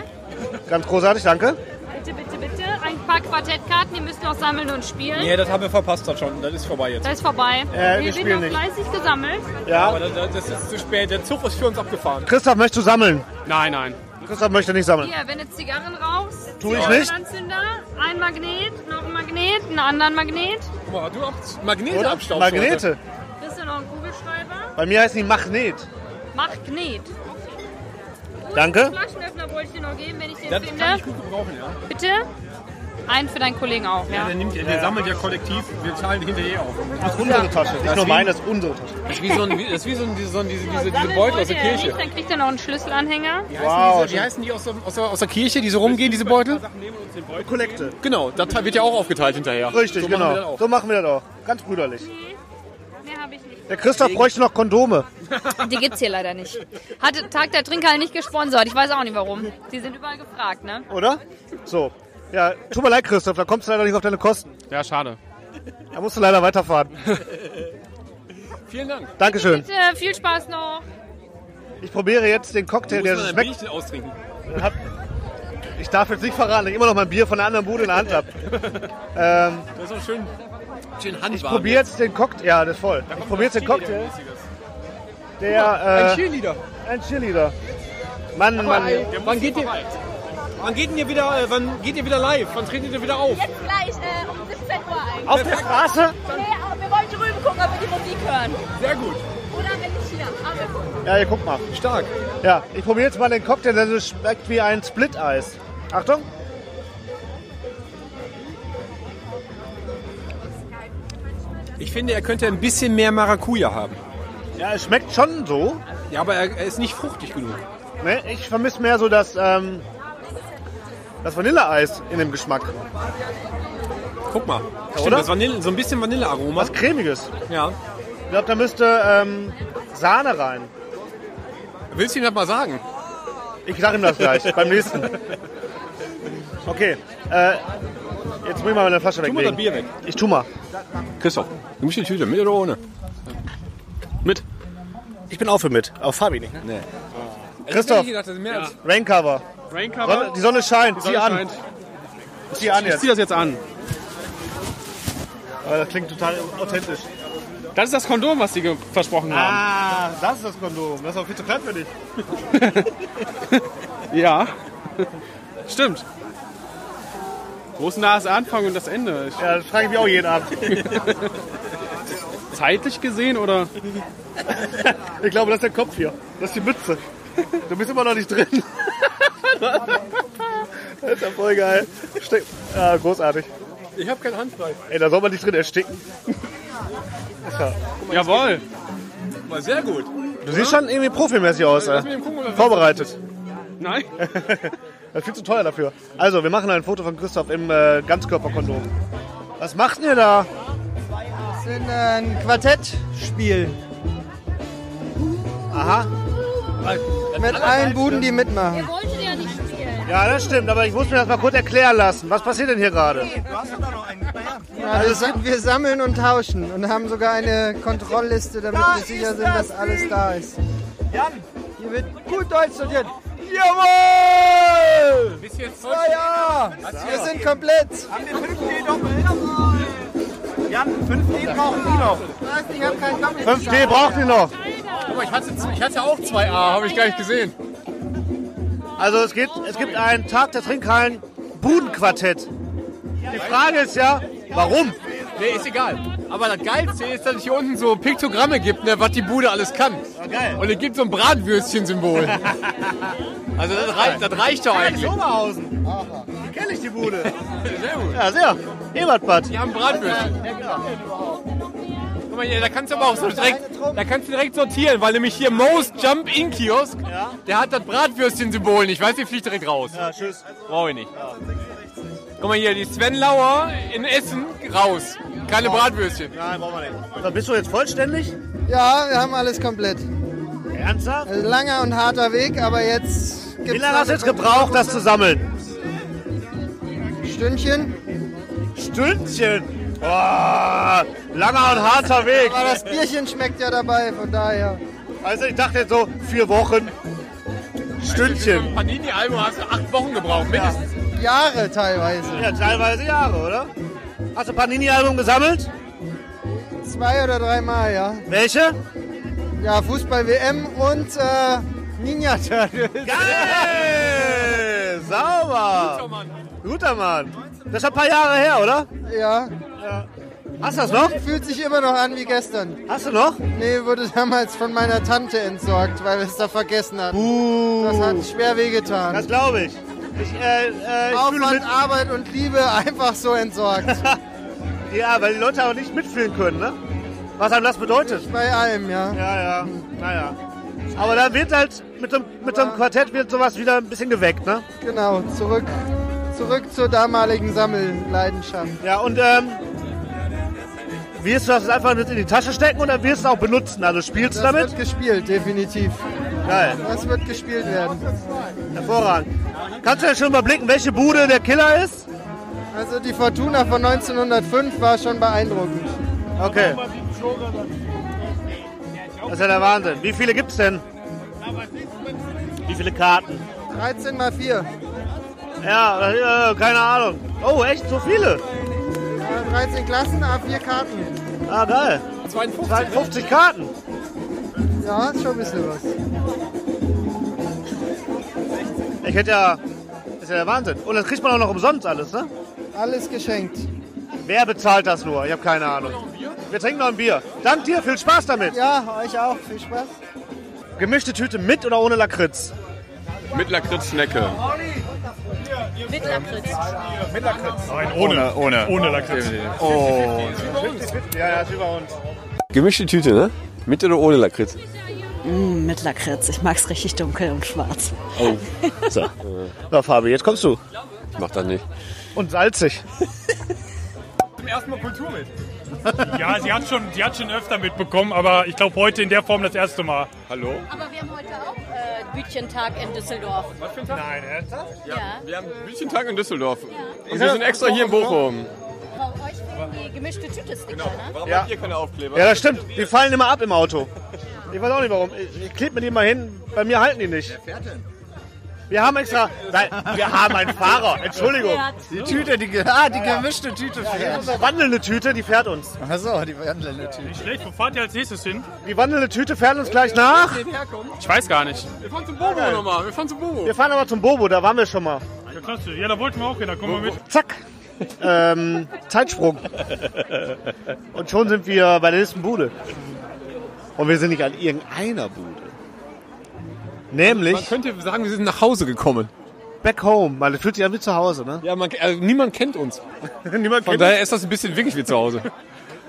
S2: Ganz großartig, danke.
S10: Bitte, bitte, bitte. Ein paar Quartettkarten, die müssen noch sammeln und spielen.
S1: Nee, das haben wir verpasst das schon. Das ist vorbei jetzt.
S10: Das ist vorbei.
S2: Äh, wir
S10: wir
S2: spielen
S10: werden noch fleißig gesammelt.
S1: Aber das, das ist zu spät. Der Zug ist für uns abgefahren.
S2: Christoph, möchtest du sammeln?
S1: Nein, nein.
S2: Christoph möchte nicht sammeln.
S10: Hier, wenn du Zigarren rauchst,
S2: Tu ich nicht.
S10: Anzünder, ein Magnet, noch ein Magnet, einen anderen Magnet.
S1: Guck mal, du auch Magnete
S2: Oder?
S1: abstauben.
S2: Magnete.
S10: Bist du noch ein Kugelschreiber?
S2: Bei mir heißen die Magnet.
S10: Magnet. Und
S2: Danke.
S10: einen Flaschenöffner wollte ich dir noch geben, wenn ich den
S1: Das
S10: finde.
S1: kann ich gut gebrauchen, ja.
S10: Bitte. Einen für deinen Kollegen auch, ja.
S1: Der, nimmt, der sammelt ja kollektiv. Wir teilen hinterher eh auf.
S2: Das ist unsere Tasche. Nicht nur
S1: Deswegen-
S2: meine, das ist unsere Tasche.
S1: Das ist wie so ein, das ist wie so ein diese, so ein- diese, diese, diese
S10: Sammeln
S1: Beutel aus
S10: wollte
S1: der
S10: er
S1: Kirche.
S10: Nicht, dann kriegt er noch einen Schlüsselanhänger.
S1: Wie
S2: Wow,
S1: heißen, diese, wie heißen die aus der, aus, der, aus der Kirche, die so rumgehen, diese Beutel?
S2: Kollekte.
S1: Genau, das wird ja auch aufgeteilt hinterher.
S2: Richtig,
S1: So machen wir das
S2: genau.
S1: auch.
S2: So machen wir das auch. Ganz brüderlich.
S10: Mehr habe ich nicht.
S2: Der Christoph bräuchte noch Kondome.
S10: Die gibt's hier leider nicht. Hat Tag der Trinkhalle nicht gesponsert. Ich weiß auch nicht warum. Die sind überall gefragt, ne?
S2: Oder? So. Ja, tut mir leid, Christoph, da kommst du leider nicht auf deine Kosten.
S1: Ja, schade.
S2: Da musst du leider weiterfahren.
S1: Vielen Dank.
S2: Dankeschön.
S10: Bitte, viel Spaß noch.
S2: Ich probiere jetzt den Cocktail, der
S1: Muss man ein
S2: schmeckt.
S1: Bierchen austrinken.
S2: Ich darf jetzt nicht verraten, dass ich immer noch mein Bier von einer anderen Bude in der Hand habe.
S1: Das ist auch schön. Schön handwarm.
S2: Ich probiere jetzt den Cocktail. Ja, das ist voll. Ich probiere jetzt den Cocktail,
S1: Ein
S2: der. Äh,
S1: Cheerleader.
S2: ein Cheerleader. Mann, Mann.
S1: Wann geht, ihr, wann geht ihr wieder, äh, wann geht ihr wieder live? Wann tretet ihr wieder auf?
S10: Jetzt gleich, um 17 Uhr eigentlich.
S2: Auf der Straße?
S10: Okay, aber wir wollen drüben gucken, ob wir die Musik hören.
S1: Sehr gut.
S10: Oder wenn nicht hier. Aber wir gucken.
S2: Ja, ihr guckt mal.
S1: Stark.
S2: Ja, ich probiere jetzt mal den Cocktail, der so schmeckt wie ein Split-Eis. Achtung.
S11: Ich finde, er könnte ein bisschen mehr Maracuja haben.
S2: Ja, es schmeckt schon so.
S11: Ja, aber er, er ist nicht fruchtig genug.
S2: Ne? Ich vermisse mehr so das, ähm, das Vanilleeis in dem Geschmack.
S11: Guck mal. Stimmt,
S2: oder?
S11: Das Vanille, so ein bisschen Vanillearoma.
S2: Was Cremiges.
S11: Ja.
S2: Ich glaube, da müsste ähm, Sahne rein.
S11: Willst du ihm das mal sagen?
S2: Ich sag ihm das gleich, beim nächsten. Okay, äh, jetzt muss ich mal meine Flasche
S1: Tu mal das
S2: weglegen.
S1: Bier weg.
S2: Ich tu mal.
S11: Christoph, du musst die Tüte, mit oder ohne?
S1: Mit.
S2: Ich bin auch für mit. Auf Fabi nicht, ne?
S11: Nee.
S2: Christoph,
S11: Ich dachte, mehr als
S2: Raincover. Sonne,
S1: Raincover.
S2: die Sonne scheint, zieh an. Zieh an
S1: Ich
S2: jetzt.
S1: ziehe das jetzt an.
S2: Aber das klingt total authentisch.
S1: Das ist das Kondom, was sie ge- versprochen haben.
S2: Ah, das ist das Kondom. Das ist auch viel zu klein für dich.
S1: Ja. Stimmt. Wo ist denn da das Anfang und das Ende?
S2: Ja, das frage ich mich auch jeden Abend.
S1: Zeitlich gesehen oder?
S2: Ich glaube, das ist der Kopf hier. Das ist die Mütze. Du bist immer noch nicht drin. Das ist ja voll geil. Steck- Ah, großartig.
S1: Ich habe keine Hand frei.
S2: Ey, da soll man nicht drin ersticken.
S1: Jawohl.
S11: mal sehr gut.
S2: Du siehst schon irgendwie profimäßig aus. Äh.
S1: mich eben gucken, ob das-
S2: Vorbereitet.
S1: Nein.
S2: Das ist viel zu teuer dafür. Also, wir machen ein Foto von Christoph im äh, Ganzkörperkondom. Was macht denn ihr da?
S12: äh, ein Quartettspiel
S2: Aha.
S12: mit allen Buden, die mitmachen.
S10: Wolltet ihr nicht spielen?
S2: Ja, das stimmt, aber ich muss mir das mal kurz erklären lassen. Was passiert denn hier gerade?
S12: Also sa- wir sammeln und tauschen und haben sogar eine Kontrollliste, damit wir sicher sind, dass alles da ist. Hier wird gut Deutsch studiert. Jawohl!
S1: Bis jetzt
S12: Ja, ja! Wir sind komplett.
S13: Haben wir 5G doppelt? Jan, 5G brauchen die noch.
S12: Ich habe keinen Doppel.
S2: 5G braucht ihr noch.
S1: Guck mal, ich hatte, ich hatte auch 2A, habe ich gar nicht gesehen.
S2: Also es gibt, es gibt einen Tag der Trinkhallen Budenquartett. Die Frage ist ja, warum?
S1: Nee, ist egal. Aber das Geilste ist, dass es hier unten so Piktogramme gibt, ne, was die Bude alles kann.
S2: Ah, geil.
S1: Und es gibt so ein Bratwürstchen-Symbol. Also das reicht, das reicht doch eigentlich.
S2: Oberhausen. Kenne ich die Bude.
S1: Sehr gut.
S2: Ja, sehr. Ebertbad.
S1: Die haben Bratwürstchen. Guck mal hier, da kannst du aber auch so direkt, da kannst du direkt sortieren, weil nämlich hier Most Jump in Kiosk, der hat das Bratwürstchen-Symbol nicht. Weißt du, fliegt direkt raus.
S2: Ja, tschüss.
S1: Brauche ich nicht. Guck mal hier, die Sven Lauer in Essen, raus. Keine Bratwürstchen.
S2: Nein, brauchen wir nicht. Also, bist du jetzt vollständig?
S12: Ja, wir haben alles komplett.
S2: Ernsthaft?
S12: Also langer und harter Weg, aber jetzt gibt's
S2: Wie lange hast du
S12: damit
S2: jetzt gebraucht, das zu sammeln?
S12: ein Stündchen.
S2: Stündchen. Oh, langer und harter Weg.
S12: Aber das Bierchen schmeckt ja dabei, von daher.
S2: Also ich dachte jetzt so, vier Wochen. Stündchen.
S8: Panini-Album hast du acht Wochen gebraucht, mindestens.
S12: Jahre teilweise.
S2: Ja, teilweise Jahre, oder? Hast du Panini-Album gesammelt?
S12: Zwei oder dreimal, ja.
S2: Welche?
S12: Ja, Fußball-WM und äh, Ninja Turtles.
S2: Geil! Sauber! Guter Mann. Guter Mann. Das ist schon ein paar Jahre her, oder?
S12: Ja.
S2: Hast du das noch?
S12: Fühlt sich immer noch an wie gestern.
S2: Hast du noch?
S12: Nee, wurde damals von meiner Tante entsorgt, weil es da vergessen hat. Das hat schwer wehgetan.
S2: Das glaube ich. Ich, äh, äh, ich fühle
S12: Aufwand,
S2: mit.
S12: Arbeit und Liebe einfach so entsorgt.
S2: Ja, weil die Leute auch nicht mitfühlen können, ne? Was einem das bedeutet.
S12: Bei allem, ja.
S2: Ja, ja. Naja. Aber da wird halt mit so, einem- mit so einem Quartett wird sowas wieder ein bisschen geweckt, ne?
S12: Genau, zurück, zurück zur damaligen Sammelleidenschaft.
S2: Ja, und ähm, wirst du das einfach jetzt in die Tasche stecken oder wirst du es auch benutzen? Also spielst du
S12: Das
S2: damit?
S12: wird gespielt, definitiv.
S2: Geil.
S12: Das wird gespielt werden.
S2: Hervorragend. Kannst du ja schon überblicken, welche Bude der Killer ist?
S12: Also die Fortuna von 1905 war schon beeindruckend.
S2: Okay. Das ist ja der Wahnsinn. Wie viele gibt's denn? Wie viele Karten?
S12: 13 mal 4.
S2: Ja, äh, keine Ahnung. Oh, echt? So viele?
S12: 13 Äh, Klassen, A4 Karten.
S2: Ah, geil.
S8: 52.
S2: 52 Karten.
S12: Ja, ist schon ein bisschen was.
S2: Ich hätte ja... Das ist ja der Wahnsinn. Und das kriegt man auch noch umsonst alles, ne?
S12: Alles geschenkt.
S2: Wer bezahlt das nur? Ich habe keine Ahnung. Wir trinken noch ein Bier. Dank dir, viel Spaß damit.
S12: Ja, euch auch. Viel Spaß.
S2: Gemischte Tüte mit oder ohne Lakritz?
S8: Mit Lakritz-Schnecke.
S10: Mit Lakritz.
S14: Ohne, ohne.
S2: Ohne
S14: Lakritz.
S2: Oh. Ja, ja, ist über uns.
S15: Gemischte Tüte, ne? Mit oder ohne Lakritz?
S16: Mm, mit Lakritz. Ich mag's richtig dunkel und schwarz.
S2: Oh. So. Na, Fabi, jetzt kommst du.
S15: Ich mach das nicht.
S2: Und salzig.
S8: Zum ersten Mal Kultur mit.
S14: Ja, sie hat schon, sie hat schon öfter mitbekommen, aber ich glaube heute in der Form das erste Mal. Hallo?
S17: Aber wir haben heute auch äh, Bütchentag in Düsseldorf.
S8: Was für ein Tag?
S2: Nein, ernsthaft?
S17: Ja.
S8: Wir haben Büchentag in Düsseldorf. Und wir sind extra hier in Bochum.
S17: Bei euch fehlen die gemischte Tüte-Sticker, ne?
S8: Warum habt ihr keine Aufkleber?
S2: Ja, das stimmt. Die fallen immer ab im Auto. Ich weiß auch nicht warum. Ich, ich klebe mir die mal hin. Bei mir halten die nicht. Wer fährt denn? Wir haben extra. Nein, wir haben einen Fahrer. Entschuldigung.
S18: Ja.
S2: Die
S18: Tüte, die ge- ah, die gemischte Tüte fährt.
S2: Die wandelnde Tüte, die fährt uns.
S18: Achso, die wandelnde Tüte.
S14: Nicht schlecht, wo fahrt ihr als nächstes hin?
S2: Die wandelnde Tüte fährt uns gleich nach.
S14: Ich weiß gar nicht.
S8: Wir fahren zum Bobo nochmal. Wir fahren zum Bobo.
S2: Wir fahren aber zum Bobo, da waren wir schon mal.
S14: Ja, klasse. Ja, da wollten wir auch hin, da kommen wir mit.
S2: Zack. Ähm, Zeitsprung. Und schon sind wir bei der nächsten Bude. Und wir sind nicht an irgendeiner Bude. Nämlich. Man
S1: könnte sagen, wir sind nach Hause gekommen.
S2: Back home, weil es fühlt sich an wie zu Hause, ne?
S1: Ja, man, also niemand kennt uns.
S2: niemand
S1: Von
S2: kennt
S1: daher
S2: uns.
S1: ist das ein bisschen wirklich wie zu Hause.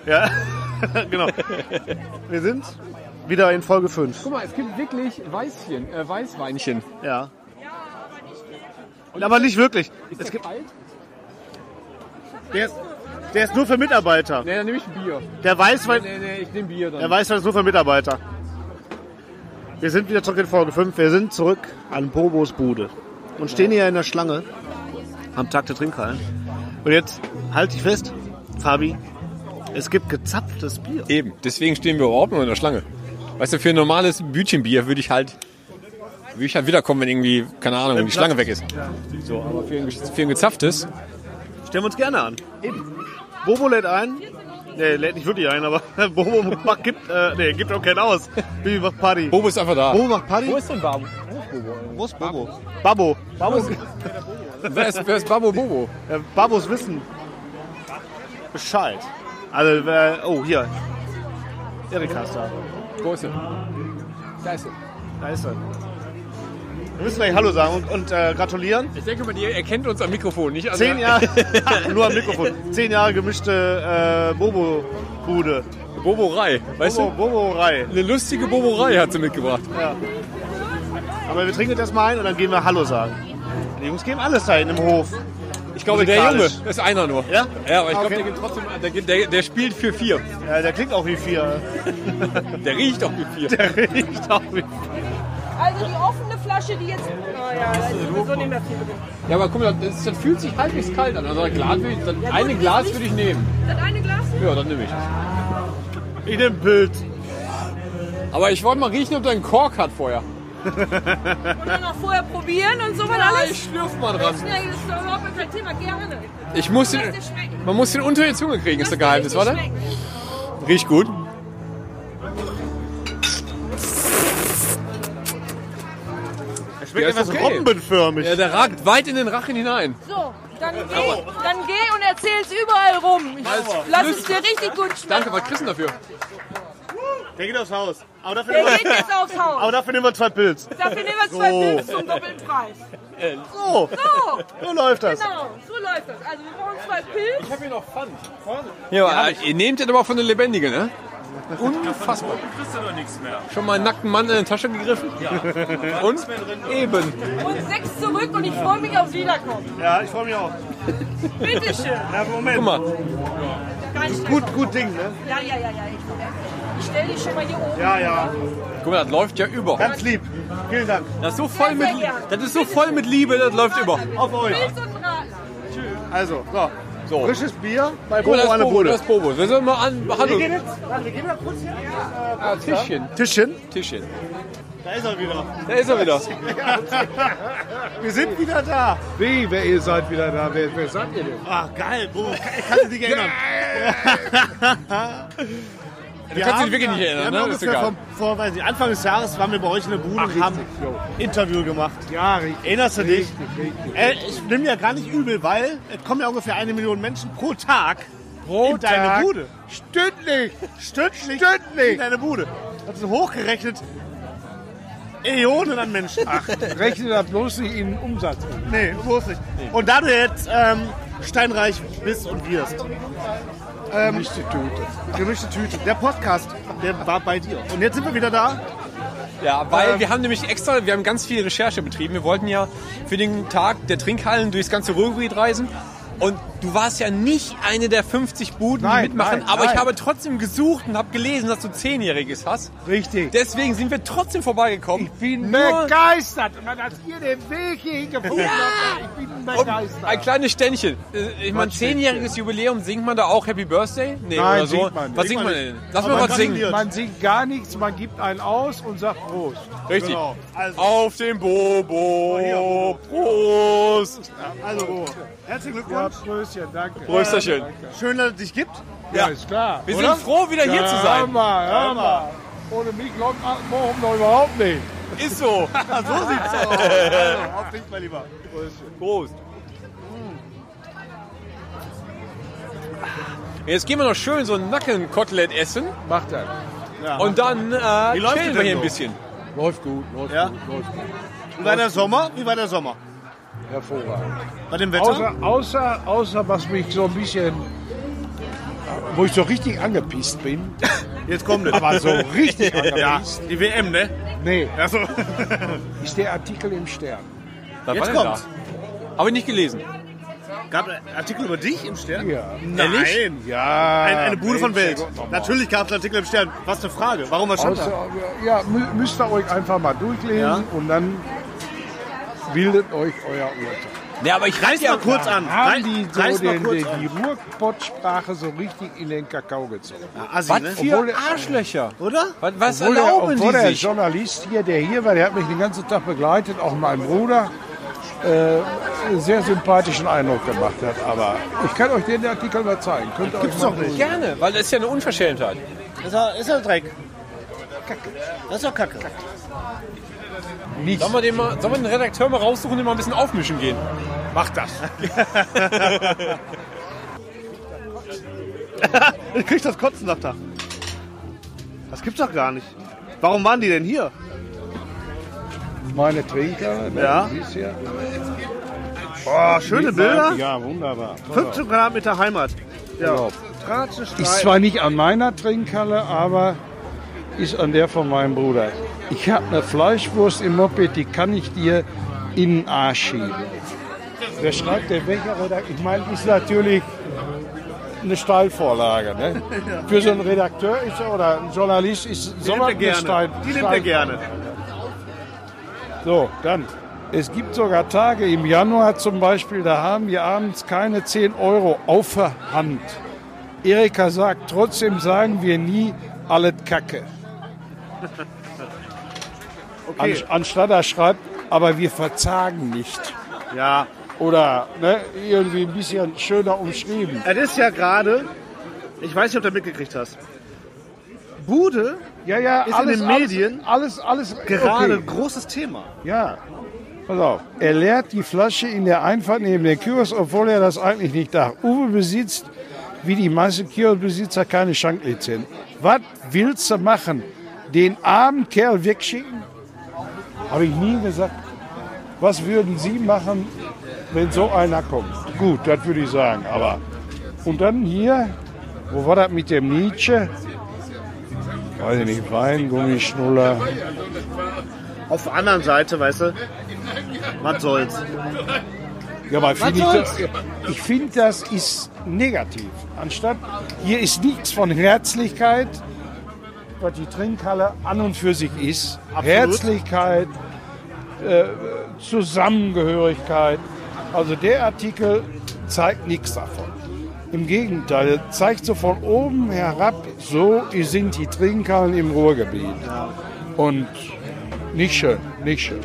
S2: Ja, genau. Wir sind wieder in Folge 5.
S8: Guck mal, es gibt wirklich Weißchen, äh, Weißweinchen.
S2: Ja. Aber nicht wirklich.
S8: Ist
S2: Es
S8: der
S2: gibt,
S8: kalt?
S2: der, ist, der ist nur für Mitarbeiter.
S8: Nee, dann nehme ich ein Bier.
S2: Der Weißwein-
S8: Nee, nee, nee ich nehme Bier dann.
S2: Der weiß, das ist nur für Mitarbeiter. Wir sind wieder zurück in Folge 5. Wir sind zurück an Bobos Bude und stehen hier in der Schlange am Tag der Trinkhallen. Und jetzt halt dich fest, Fabi, es gibt gezapftes Bier.
S1: Eben, deswegen stehen wir überhaupt nur in der Schlange. Weißt du, für ein normales Bütchenbier würde ich halt, würde ich halt wiederkommen, wenn irgendwie, keine Ahnung, wenn die Schlange weg ist.
S2: So, aber für
S1: Für ein gezapftes,
S2: Stellen wir uns gerne an. Bobo lädt ein. Nee, lädt nicht wirklich ein, aber Bobo macht, gibt, äh, nee, gibt auch keinen aus. Bibi macht Party. Bobo
S1: ist einfach da.
S2: Bobo macht Party.
S1: Wo ist denn Babo?
S2: Wo ist Bobo? Babo. Babos.
S1: Wer ist, wer ist Babo Bobo?
S2: Äh, Babos wissen Bescheid. Also, äh, oh, hier. Erik hast da.
S1: Wo ist er? Da ist er.
S2: Da ist er. Wir müssen gleich Hallo sagen und, und äh, gratulieren.
S8: Ich denke mal, ihr erkennt uns am Mikrofon, nicht? an
S1: Also
S2: Zehn
S8: der-
S2: Jahre, nur am Mikrofon. Zehn Jahre gemischte äh, Bobo-Bude.
S1: Boborei, weißt
S2: Bobo,
S1: du?
S2: Boborei.
S1: Eine lustige Boborei hat sie mitgebracht.
S2: Ja. Aber wir trinken jetzt erstmal ein und dann gehen wir Hallo sagen. Die Jungs geben alles da hinten im Hof.
S1: Ich glaube, Also der Junge
S2: Musikalisch.
S1: das ist einer nur.
S2: Ja?
S1: Ja, aber ich
S2: Ah,
S1: glaube,
S2: okay.
S1: der geht trotzdem, der, geht- der, der spielt für vier.
S2: Ja, der klingt auch wie vier.
S1: Der riecht auch wie vier.
S2: Der riecht auch wie
S19: Also die offene Flasche, die jetzt. Oh Naja, da ist sowieso nicht mehr viel drin.
S1: Ja, aber guck mal, das, das fühlt sich halbwegs kalt an. Also ein Glas würde ich, das eine Glas würde ich nehmen.
S19: Das eine Glas?
S1: Ja, dann nehme ich das. Ich nehme Bild. Aber ich wollte mal riechen, ob der einen Kork hat vorher.
S19: Dann noch vorher probieren und so weiter
S1: Ja,
S19: alles.
S1: ich schlürf mal dran.
S19: Das ist doch überhaupt gar kein Thema, gerne.
S1: Ich muss den,
S19: Lass dir schmecken.
S1: man muss den unter die Zunge kriegen, ist der Geheimnis,
S19: Lass dir
S1: oder?
S19: richtig schmecken.
S1: Riecht gut.
S2: Es schmeckt etwas robbenförmig.
S1: Ja, der ragt weit in den Rachen hinein.
S19: So, dann geh, dann geh und erzähl's überall rum. Ich lass es dir richtig gut schmecken.
S1: Danke, was kriegst du dafür?
S2: Der geht aufs Haus. Aber dafür,
S19: Der
S2: nehmen wir-
S19: geht jetzt aufs Haus.
S2: Aber dafür nehmen wir zwei Pilz.
S19: Dafür nehmen wir zwei Bild zum doppelten Preis.
S2: So.
S19: So.
S2: So läuft das.
S19: Genau, so läuft das. Also wir brauchen zwei Pilz. Ich habe hier noch Pfand.
S1: Ja, ihr nehmt den aber von der Lebendigen, ne? Unfassbar.
S15: kriegst du doch nichts mehr.
S1: Schon mal einen nackten Mann in die Tasche gegriffen? Ja. Und? Eben.
S19: Und sechs zurück und ich freue mich aufs Wiederkommen.
S2: Ja, ich freue mich auch.
S19: Bitteschön.
S2: Ja, Moment.
S1: Guck mal.
S2: Gut, gut Ding, ne?
S19: Ja, ja, ja, ja. Ich, ich stelle dich schon mal hier oben.
S2: Ja, ja.
S1: Guck mal, das läuft ja über.
S2: Ganz lieb. Vielen Dank.
S1: Das ist so voll mit,
S19: sehr gern.
S1: das ist so voll mit Liebe, das läuft über.
S2: Auf euch.
S19: Pilz und Radler.
S2: Also, so.
S1: So.
S2: Frisches Bier bei
S1: Oh,
S2: Bobo
S1: das ist
S2: an der
S1: Bobo,
S2: Bude.
S1: das ist Bobo. Wir sollen mal an.
S2: Wir
S1: Hallo.
S2: gehen jetzt, warte, wir gehen mal kurz hier.
S1: Ah, Tischchen.
S2: Tischchen?
S1: Tischchen.
S2: Da ist er wieder.
S1: Da ist er wieder.
S2: Wir sind wieder da.
S20: Wie, wer ihr seid wieder da? Wer, wer seid ihr denn?
S2: Ah, geil, Bobo. Ich kann dich nicht erinnern.
S1: Du kannst dich wirklich nicht
S2: Wir haben
S1: erinnern, ne? Das ist
S2: ungefähr
S1: egal.
S2: vom, vor, weiß nicht, Anfang des Jahres waren wir bei euch in der Bude und haben ein Interview gemacht.
S20: Ja, richtig.
S2: Erinnerst du dich?
S20: Richtig, richtig.
S2: Äh, ich nehme ja gar nicht übel, weil es kommen ja ungefähr eine Million Menschen pro Tag
S20: Pro
S2: in deine
S20: Tag.
S2: Bude.
S20: Stündlich.
S2: Stündlich,
S20: Stündlich.
S2: in deine Bude. Das sind hochgerechnet Millionen an Menschen. Ach,
S20: Rechnet das bloß nicht in den Umsatz. um.
S2: nee, bloß nicht. Und da du jetzt ähm, steinreich bist und wirst. Ähm, gemischte Tüte. Gemischte Tüte. Der Podcast, der war bei dir. Und jetzt sind wir wieder da.
S1: Ja, weil
S2: Ähm.
S1: wir haben nämlich extra, wir haben ganz viel Recherche betrieben. Wir wollten ja für den Tag der Trinkhallen durchs ganze Ruhrgebiet reisen. Und du warst ja nicht eine der 50 Buden,
S20: Nein,
S1: die mitmachen.
S20: nein,
S1: aber
S20: nein.
S1: ich habe trotzdem gesucht und habe gelesen, dass du Zehnjähriges hast.
S20: Richtig.
S1: Deswegen sind wir trotzdem vorbeigekommen. Ich
S20: bin Begeistert. Und dann, als ihr den Weg hier gefunden habt, ich bin begeistert.
S1: Ein kleines Ständchen. Äh, Ich meine, zehnjähriges Jubiläum, singt man da auch Happy Birthday? Nee, oder so.
S20: singt man nicht.
S1: Was singt man denn? Lass
S20: Aber
S1: mal was
S20: man
S1: singen.
S20: singt- Man singt gar nichts, man gibt einen aus und sagt Prost.
S1: Richtig.
S20: Genau.
S1: Auf den Bobo. Prost.
S2: Also, Bobo, herzlichen
S20: Ja,
S2: Glückwunsch.
S20: Pröstchen, danke.
S1: Prösterchen.
S2: Schön, dass es dich gibt.
S20: Ja, ist klar.
S1: Wir
S20: oder?
S1: sind froh, wieder hier
S20: ja,
S1: zu sein.
S20: Hör mal, hör mal. Ohne mich läuft morgen noch überhaupt nicht.
S1: Ist so.
S2: so sieht's aus. Also, auf dich, mein Lieber.
S1: Prost. Jetzt gehen wir noch schön so ein Nackenkotelett essen
S20: Macht das.
S1: und dann äh,
S2: Wie läuft es
S1: chillen wir
S2: denn
S1: hier
S2: so?
S1: ein bisschen.
S20: Läuft gut, läuft
S2: Ja.
S20: gut, läuft gut.
S2: Wie war der Sommer? Wie war der Sommer?
S20: Hervorragend.
S2: Bei dem Wetter?
S20: Außer, außer, außer was mich so ein bisschen, wo ich so richtig angepisst bin.
S2: Jetzt kommt es.
S20: Aber so richtig
S2: ja,
S20: angepisst.
S2: die WM, ne?
S20: Nee,
S2: Also,
S20: ist der Artikel im Stern.
S1: Was
S2: jetzt
S1: war denn
S2: kommt's.
S1: da? Habe ich nicht gelesen.
S2: Gab es Artikel über dich im Stern?
S20: Ja.
S2: Nein.
S20: Ja.
S2: Ein, eine Bude von
S20: Mensch,
S2: Welt.
S20: der Gott nochmal.
S2: Natürlich gab es Artikel im Stern. Was eine Frage. Warum war schon
S20: Außer,
S2: da?
S20: ja, mü- müsst ihr euch einfach mal durchlesen
S2: Ja.
S20: und dann bildet euch euer Urteil.
S1: Ja, aber ich
S2: Reiß mal kurz an. Rei-
S20: Haben die so
S2: Reiß mal
S20: den,
S2: kurz
S20: den,
S2: an.
S20: die Ruhrpott-Sprache so richtig in den Kakao gezogen?
S2: Ja, Assi,
S1: Was
S2: ne?
S1: für
S20: Obwohl-
S1: Arschlöcher.
S2: Oder?
S1: Was, was
S20: Obwohl, der,
S1: erlauben
S20: obwohl
S1: die
S20: der
S1: sich?
S20: Journalist hier, der hier war, der hat mich den ganzen Tag begleitet, auch mein Bruder, äh, einen sehr sympathischen Eindruck gemacht hat. Aber ich kann euch den Artikel mal zeigen. Könnt ihr euch
S2: Gibt's
S20: mal
S2: doch nicht.
S1: Gerne, weil das ist ja eine Unverschämtheit.
S2: Ist doch, ist doch Dreck. Das ist doch Kacke.
S20: nicht.
S1: Sollen wir, den mal, sollen wir den Redakteur mal raussuchen und den mal ein bisschen aufmischen gehen?
S20: Macht das.
S2: Ich krieg das Kotzen, sagt er. Das gibt's doch gar nicht. Warum waren die denn hier?
S20: Meine Trinker, ne,
S2: Ja.
S20: du siehst hier.
S2: Oh, schöne Bilder.
S20: Ja, wunderbar.
S2: 15 Quadratmeter Heimat. Ja.
S20: Ja. Ist
S2: Tratschenstreit.
S20: zwar nicht an meiner Trinkhalle, aber ist an der von meinem Bruder. Ich habe eine Fleischwurst im Moped, die kann ich dir in den Arsch schieben. Wer schreibt denn welcher Redakteur? Ich meine, ist natürlich eine Steilvorlage. Ne? Für so einen Redakteur ist, er- oder einen Journalist ist
S2: Äh, Die nimmt
S20: so
S2: er
S20: eine
S2: gerne.
S20: Steil.
S2: Die nimmt er gerne.
S20: So, dann. Es gibt sogar Tage im Januar zum Beispiel, da haben wir abends keine 10 Euro auf der Hand. Erika sagt, trotzdem sagen wir nie, alles Kacke.
S2: Okay.
S20: An, anstatt er schreibt, aber wir verzagen nicht.
S2: Ja.
S20: Oder ne, irgendwie ein bisschen schöner umschrieben.
S2: Es ist ja gerade, ich weiß nicht, ob du mitgekriegt hast. Bude
S20: ja, ja,
S2: ist
S20: alles,
S2: in den
S20: alles-
S2: Medien
S20: alles, alles,
S2: gerade
S20: okay.
S2: großes Thema.
S20: Ja. Pass auf. Er leert die Flasche in der Einfahrt neben den Kiosk, obwohl er das eigentlich nicht dachte. Uwe besitzt, wie die meisten Kioskbesitzer, keine Schanklizenz. Was willst du machen? Den armen Kerl wegschicken? Habe ich nie gesagt. Was würden Sie machen, wenn so einer kommt? Gut, das würde ich sagen. Aber und dann hier, wo war das mit dem Nietzsche? Weiß ich nicht, Wein, Gummischnuller.
S2: Auf der anderen Seite, weißt du, was soll's.
S20: Ja, aber
S2: Was
S20: find ich, das,
S2: soll's?
S20: ich finde, das ist negativ. Anstatt, hier ist nichts von Herzlichkeit, was die Trinkhalle an und für sich ist. Herzlichkeit, äh, Zusammengehörigkeit. Also der Artikel zeigt nichts davon. Im Gegenteil, zeigt so von oben herab, so sind die Trinkhallen im Ruhrgebiet. Und nicht schön, nicht schön.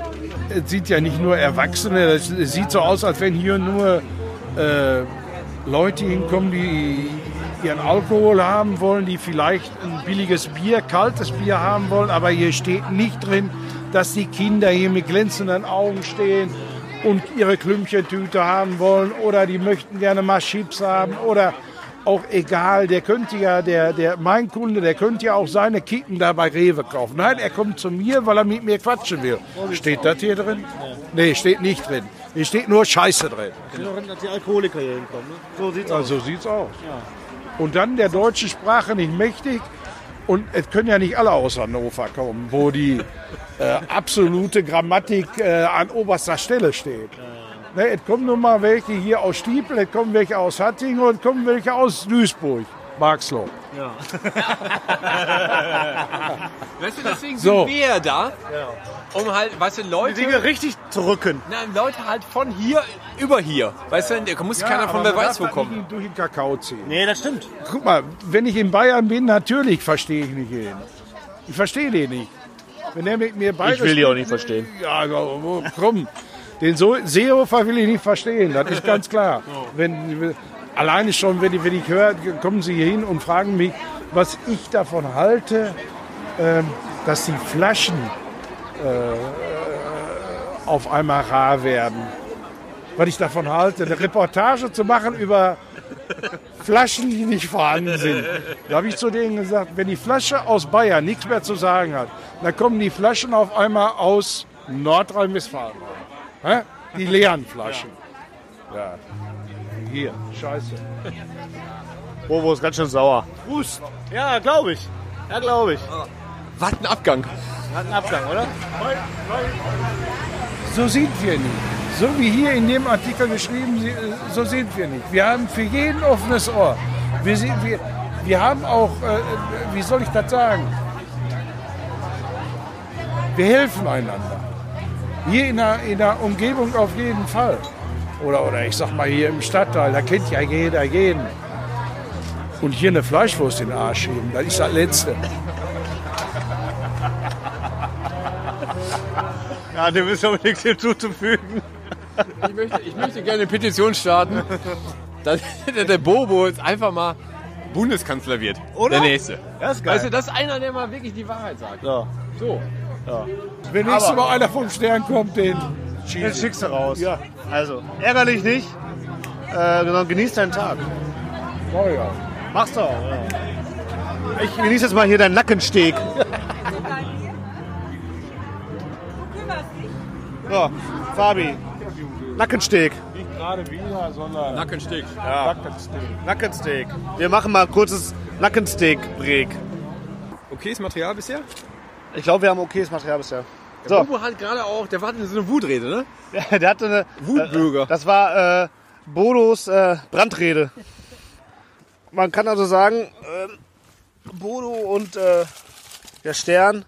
S20: Es sieht ja nicht nur Erwachsene, das- es sieht so aus, als wenn hier nur äh, Leute hinkommen, die ihren Alkohol haben wollen, die vielleicht ein billiges Bier, kaltes Bier haben wollen, aber hier steht nicht drin, dass die Kinder hier mit glänzenden Augen stehen und ihre Klümpchentüte haben wollen oder die möchten gerne mal Chips haben oder auch egal, der könnte ja, der, der, mein Kunde, der könnte ja auch seine Kicken da bei Rewe kaufen. Nein, er kommt zu mir, weil er mit mir quatschen will. Steht das hier drin? Nee, steht nicht drin. Hier steht nur Scheiße drin.
S2: Genau. Dass die Alkoholiker hier hinkommen. Ne? So sieht's
S20: Ja,
S2: aus.
S20: so Also sieht's aus. Und dann der deutschen Sprache nicht mächtig. Und es können ja nicht alle aus Hannover kommen, wo die äh, absolute Grammatik äh, an oberster Stelle steht. Ne, es kommen nun mal welche hier aus Stiepel, es kommen welche aus Hattingen und es kommen welche aus Duisburg, Marxloh.
S2: Ja.
S1: Weißt du, deswegen
S20: So.
S1: sind wir ja da, um halt, weißt du, Leute...
S2: Die Dinge richtig drücken.
S1: Nein, Leute halt von hier über hier. Weißt du, da muss keiner von wer
S2: halt
S1: weiß wo kommen.
S20: Durch den Kakao ziehen.
S2: Nee, das stimmt.
S20: Guck mal, wenn ich in Bayern bin, natürlich verstehe ich nicht jeden. Ich verstehe den nicht. Wenn er mit mir beides
S2: Ich will die auch nicht verstehen.
S20: Ja, also, wo- komm. Den so Seehofer will ich nicht verstehen, das ist ganz klar. Wenn, alleine schon, wenn ich, wenn ich höre, kommen Sie hier hin und fragen mich, was ich davon halte, ähm, dass die Flaschen äh, auf einmal rar werden. Was ich davon halte, eine Reportage zu machen über Flaschen, die nicht vorhanden sind. Da habe ich zu denen gesagt, wenn die Flasche aus Bayern nichts mehr zu sagen hat, dann kommen die Flaschen auf einmal aus Nordrhein-Westfalen. Hä? Die leeren Flaschen. Ja. Hier, scheiße.
S2: Bobo Oh, ist ganz schön sauer.
S20: Brust.
S2: Ja, glaube ich. Ja, glaube ich.
S1: Was ein Abgang.
S2: Hat einen Abgang, oder?
S20: So sind wir nicht. So wie hier in dem Artikel geschrieben, sie- äh, so sind wir nicht. Wir haben für jeden offenes Ohr. Wir, sind, wir, wir haben auch, äh, wie soll ich das sagen? Wir helfen einander. Hier in der, in der Umgebung auf jeden Fall. Oder, oder ich sag mal hier im Stadtteil, da kennt ja jeder jeden. Und hier eine Fleischwurst in den Arsch schieben, das ist das Letzte.
S2: Ja, dem ist aber nichts hinzuzufügen.
S1: Ich möchte, ich möchte gerne eine Petition starten, dass dass der Bobo jetzt einfach mal Bundeskanzler wird.
S2: Oder?
S1: Der Nächste.
S2: Das ist geil.
S1: Weißt du, Also, das ist einer, der mal wirklich die Wahrheit sagt.
S2: Ja.
S1: So.
S2: Ja.
S20: Wenn nächstes Mal einer vom Stern kommt, den
S2: Den schickst du raus.
S20: Ja.
S2: Also, ärger dich nicht, äh, sondern genieß deinen Tag.
S20: Oh ja.
S2: Mach's doch.
S20: 嗯
S2: Ja. Ich genieße jetzt mal hier deinen Nackensteg. So, Fabi. Nackensteg.
S20: Nicht gerade wieder, sondern
S1: Nackensteg.
S2: Ja. Nackensteg. Wir machen mal ein kurzes Nackensteg-Break.
S1: Okayes Material bisher?
S2: Ich glaube, wir haben okayes Material bisher.
S1: Der
S2: So,
S1: Bobo hat gerade auch, der war in so eine Wutrede, ne?
S2: der hatte eine.
S1: Wutbürger.
S2: Äh, das war äh, Bodos äh, Brandrede. Man kann Ähm, also sagen, äh, Bodo und äh, der Stern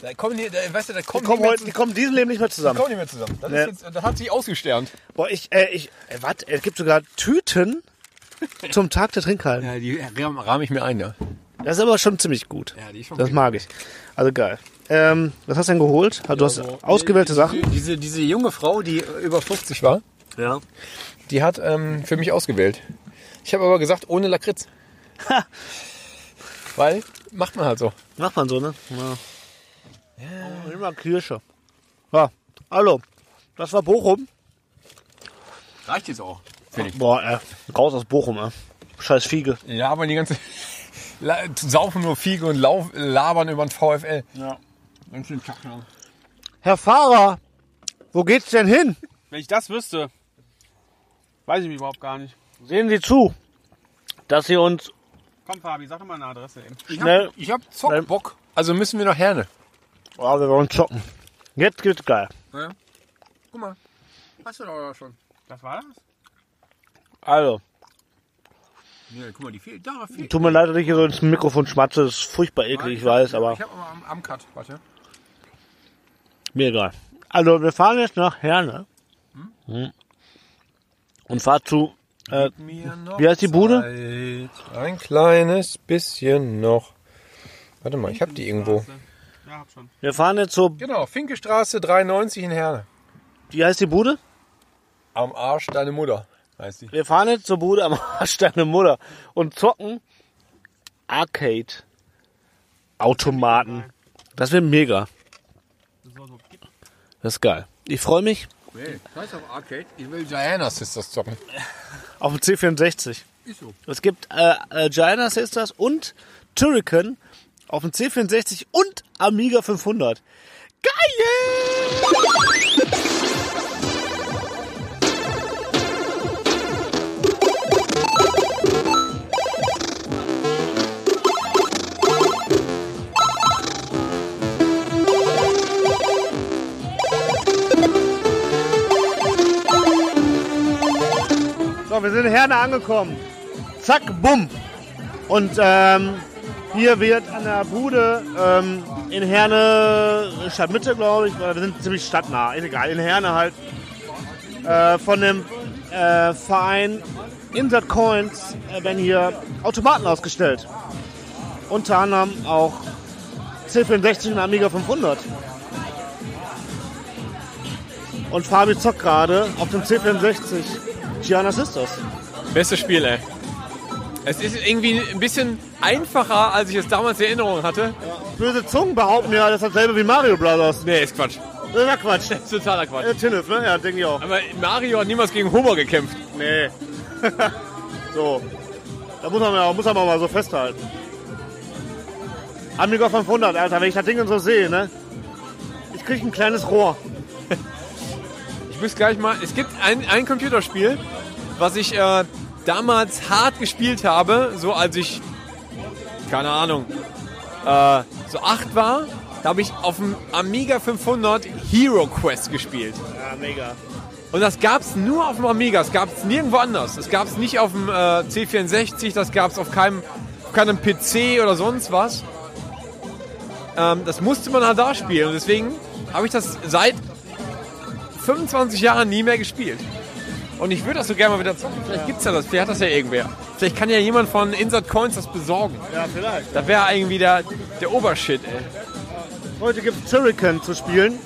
S1: Da kommen die, da, weißt du, da kommen
S2: Die kommen,
S1: die
S2: heute, die kommen diesem Leben nicht mehr zusammen.
S1: Die kommen nicht mehr zusammen. Das,
S2: Nee.
S1: ist jetzt, das hat sich ausgesternt.
S2: Äh, Boah, ich, äh, ich, äh, warte, es gibt sogar Tüten zum Tag der Trinkhallen.
S1: Ja, die rahme ich mir ein, ja.
S2: Das ist aber schon ziemlich gut.
S1: Ja, die ist schon
S2: das
S1: gut.
S2: mag ich. Also geil. Ähm, was hast du denn geholt? Also, du hast ausgewählte Sachen.
S1: Diese, diese junge Frau, die über 50 war,
S2: ja.
S1: die hat ähm, für mich ausgewählt. Ich habe aber gesagt, ohne Lakritz. Weil macht man halt so.
S2: Macht man so, ne? Ja. Oh, immer Kirsche. Ja. Ah, Hallo. Das war Bochum.
S1: Reicht jetzt auch.
S2: Boah, äh, raus aus Bochum, äh. Scheiß Fiege.
S1: Ja, aber die ganze. La- Saufen nur Fiege und lauf, labern über den VfL.
S2: Ja.
S1: Ganz schön Tag lang.
S2: Herr Fahrer, wo geht's denn hin?
S21: Wenn ich das wüsste, weiß ich mich überhaupt gar nicht.
S2: Sehen Sie zu, dass Sie uns
S21: Komm, Fabi, sag doch mal eine Adresse eben.
S2: schnell.
S1: Ich hab Zockbock. Also müssen wir nach Herne.
S2: Oh, wir wollen zocken. Jetzt geht's geil.
S21: Guck mal. Hast du doch schon. Das war das?
S2: Also,
S1: Ja, guck mal, die fehlt. Da fehlt.
S2: tut mir leid, dass ich hier so ins Mikrofon schmatze. Das ist furchtbar eklig, ich weiß, aber
S1: Ich hab aber am, am Cut, warte.
S2: mir egal. Also, wir fahren jetzt nach Herne. Hm. Und fahren zu. Äh, wie heißt die Bude?
S1: Ein kleines bisschen noch. Warte mal, ich hab die irgendwo.
S21: Ja, hab schon.
S2: Wir fahren jetzt zur.
S1: Genau, Finke Straße 93 in Herne.
S2: Wie heißt die Bude?
S1: Am Arsch deine Mutter, heißt die.
S2: Wir fahren jetzt zur Bude am Arsch deiner Mutter und zocken Arcade Automaten. Das wird mega. Das ist geil. Ich freue mich
S1: Nee, scheiß auf Arcade, ich will Diana Sisters zocken.
S2: auf dem C64.
S1: Ist so.
S2: Es gibt äh, äh, Giana Sisters und Turrican auf dem C64 und Amiga 500. Geil! So, wir sind in Herne angekommen. Zack, bumm. Und ähm, hier wird an der Bude ähm, in Herne, Stadtmitte glaube ich, oder wir sind ziemlich stadtnah, ist egal, in Herne halt, äh, von dem äh, Verein Insert Coins äh, werden hier Automaten ausgestellt. Unter anderem auch C64 und Amiga 500. Und Fabi zockt gerade auf dem C64 Gianna Sisters.
S1: Bestes Spiel, ey. Es ist irgendwie ein bisschen einfacher, als ich es damals in Erinnerung hatte.
S2: Böse Zungen behaupten ja, das ist dasselbe wie Mario Brothers.
S1: Nee, ist Quatsch.
S2: Das ist ja Quatsch. Das
S1: ist totaler Quatsch.
S2: Äh, Tinnef, ne? Ja, denke ich auch.
S1: Aber Mario hat niemals gegen Homer gekämpft.
S2: Nee. so. Da muss man, ja- muss man mal so festhalten. Amiga 500, Alter, wenn ich das Ding so sehe, ne? Ich krieg ein kleines Rohr.
S1: Ich muss gleich mal. Es gibt ein, ein Computerspiel, was ich äh, damals hart gespielt habe, so als ich. Keine Ahnung. Äh, so acht war. Da habe ich auf dem Amiga 500 Hero Quest gespielt.
S2: Ja, mega.
S1: Und das gab es nur auf dem Amiga, das gab es nirgendwo anders. Das gab es nicht auf dem äh, C64, das gab es auf keinem, auf keinem PC oder sonst was. Ähm, das musste man halt da spielen und deswegen habe ich das seit 25 Jahren nie mehr gespielt. Und ich würde das so gerne mal wieder zocken. Vielleicht gibt's ja das, vielleicht hat das ja irgendwer. Vielleicht kann ja jemand von Insert Coins das besorgen.
S2: Ja, vielleicht.
S1: Da wäre irgendwie der, der Obershit, ey.
S2: Heute gibt's Turrican zu spielen.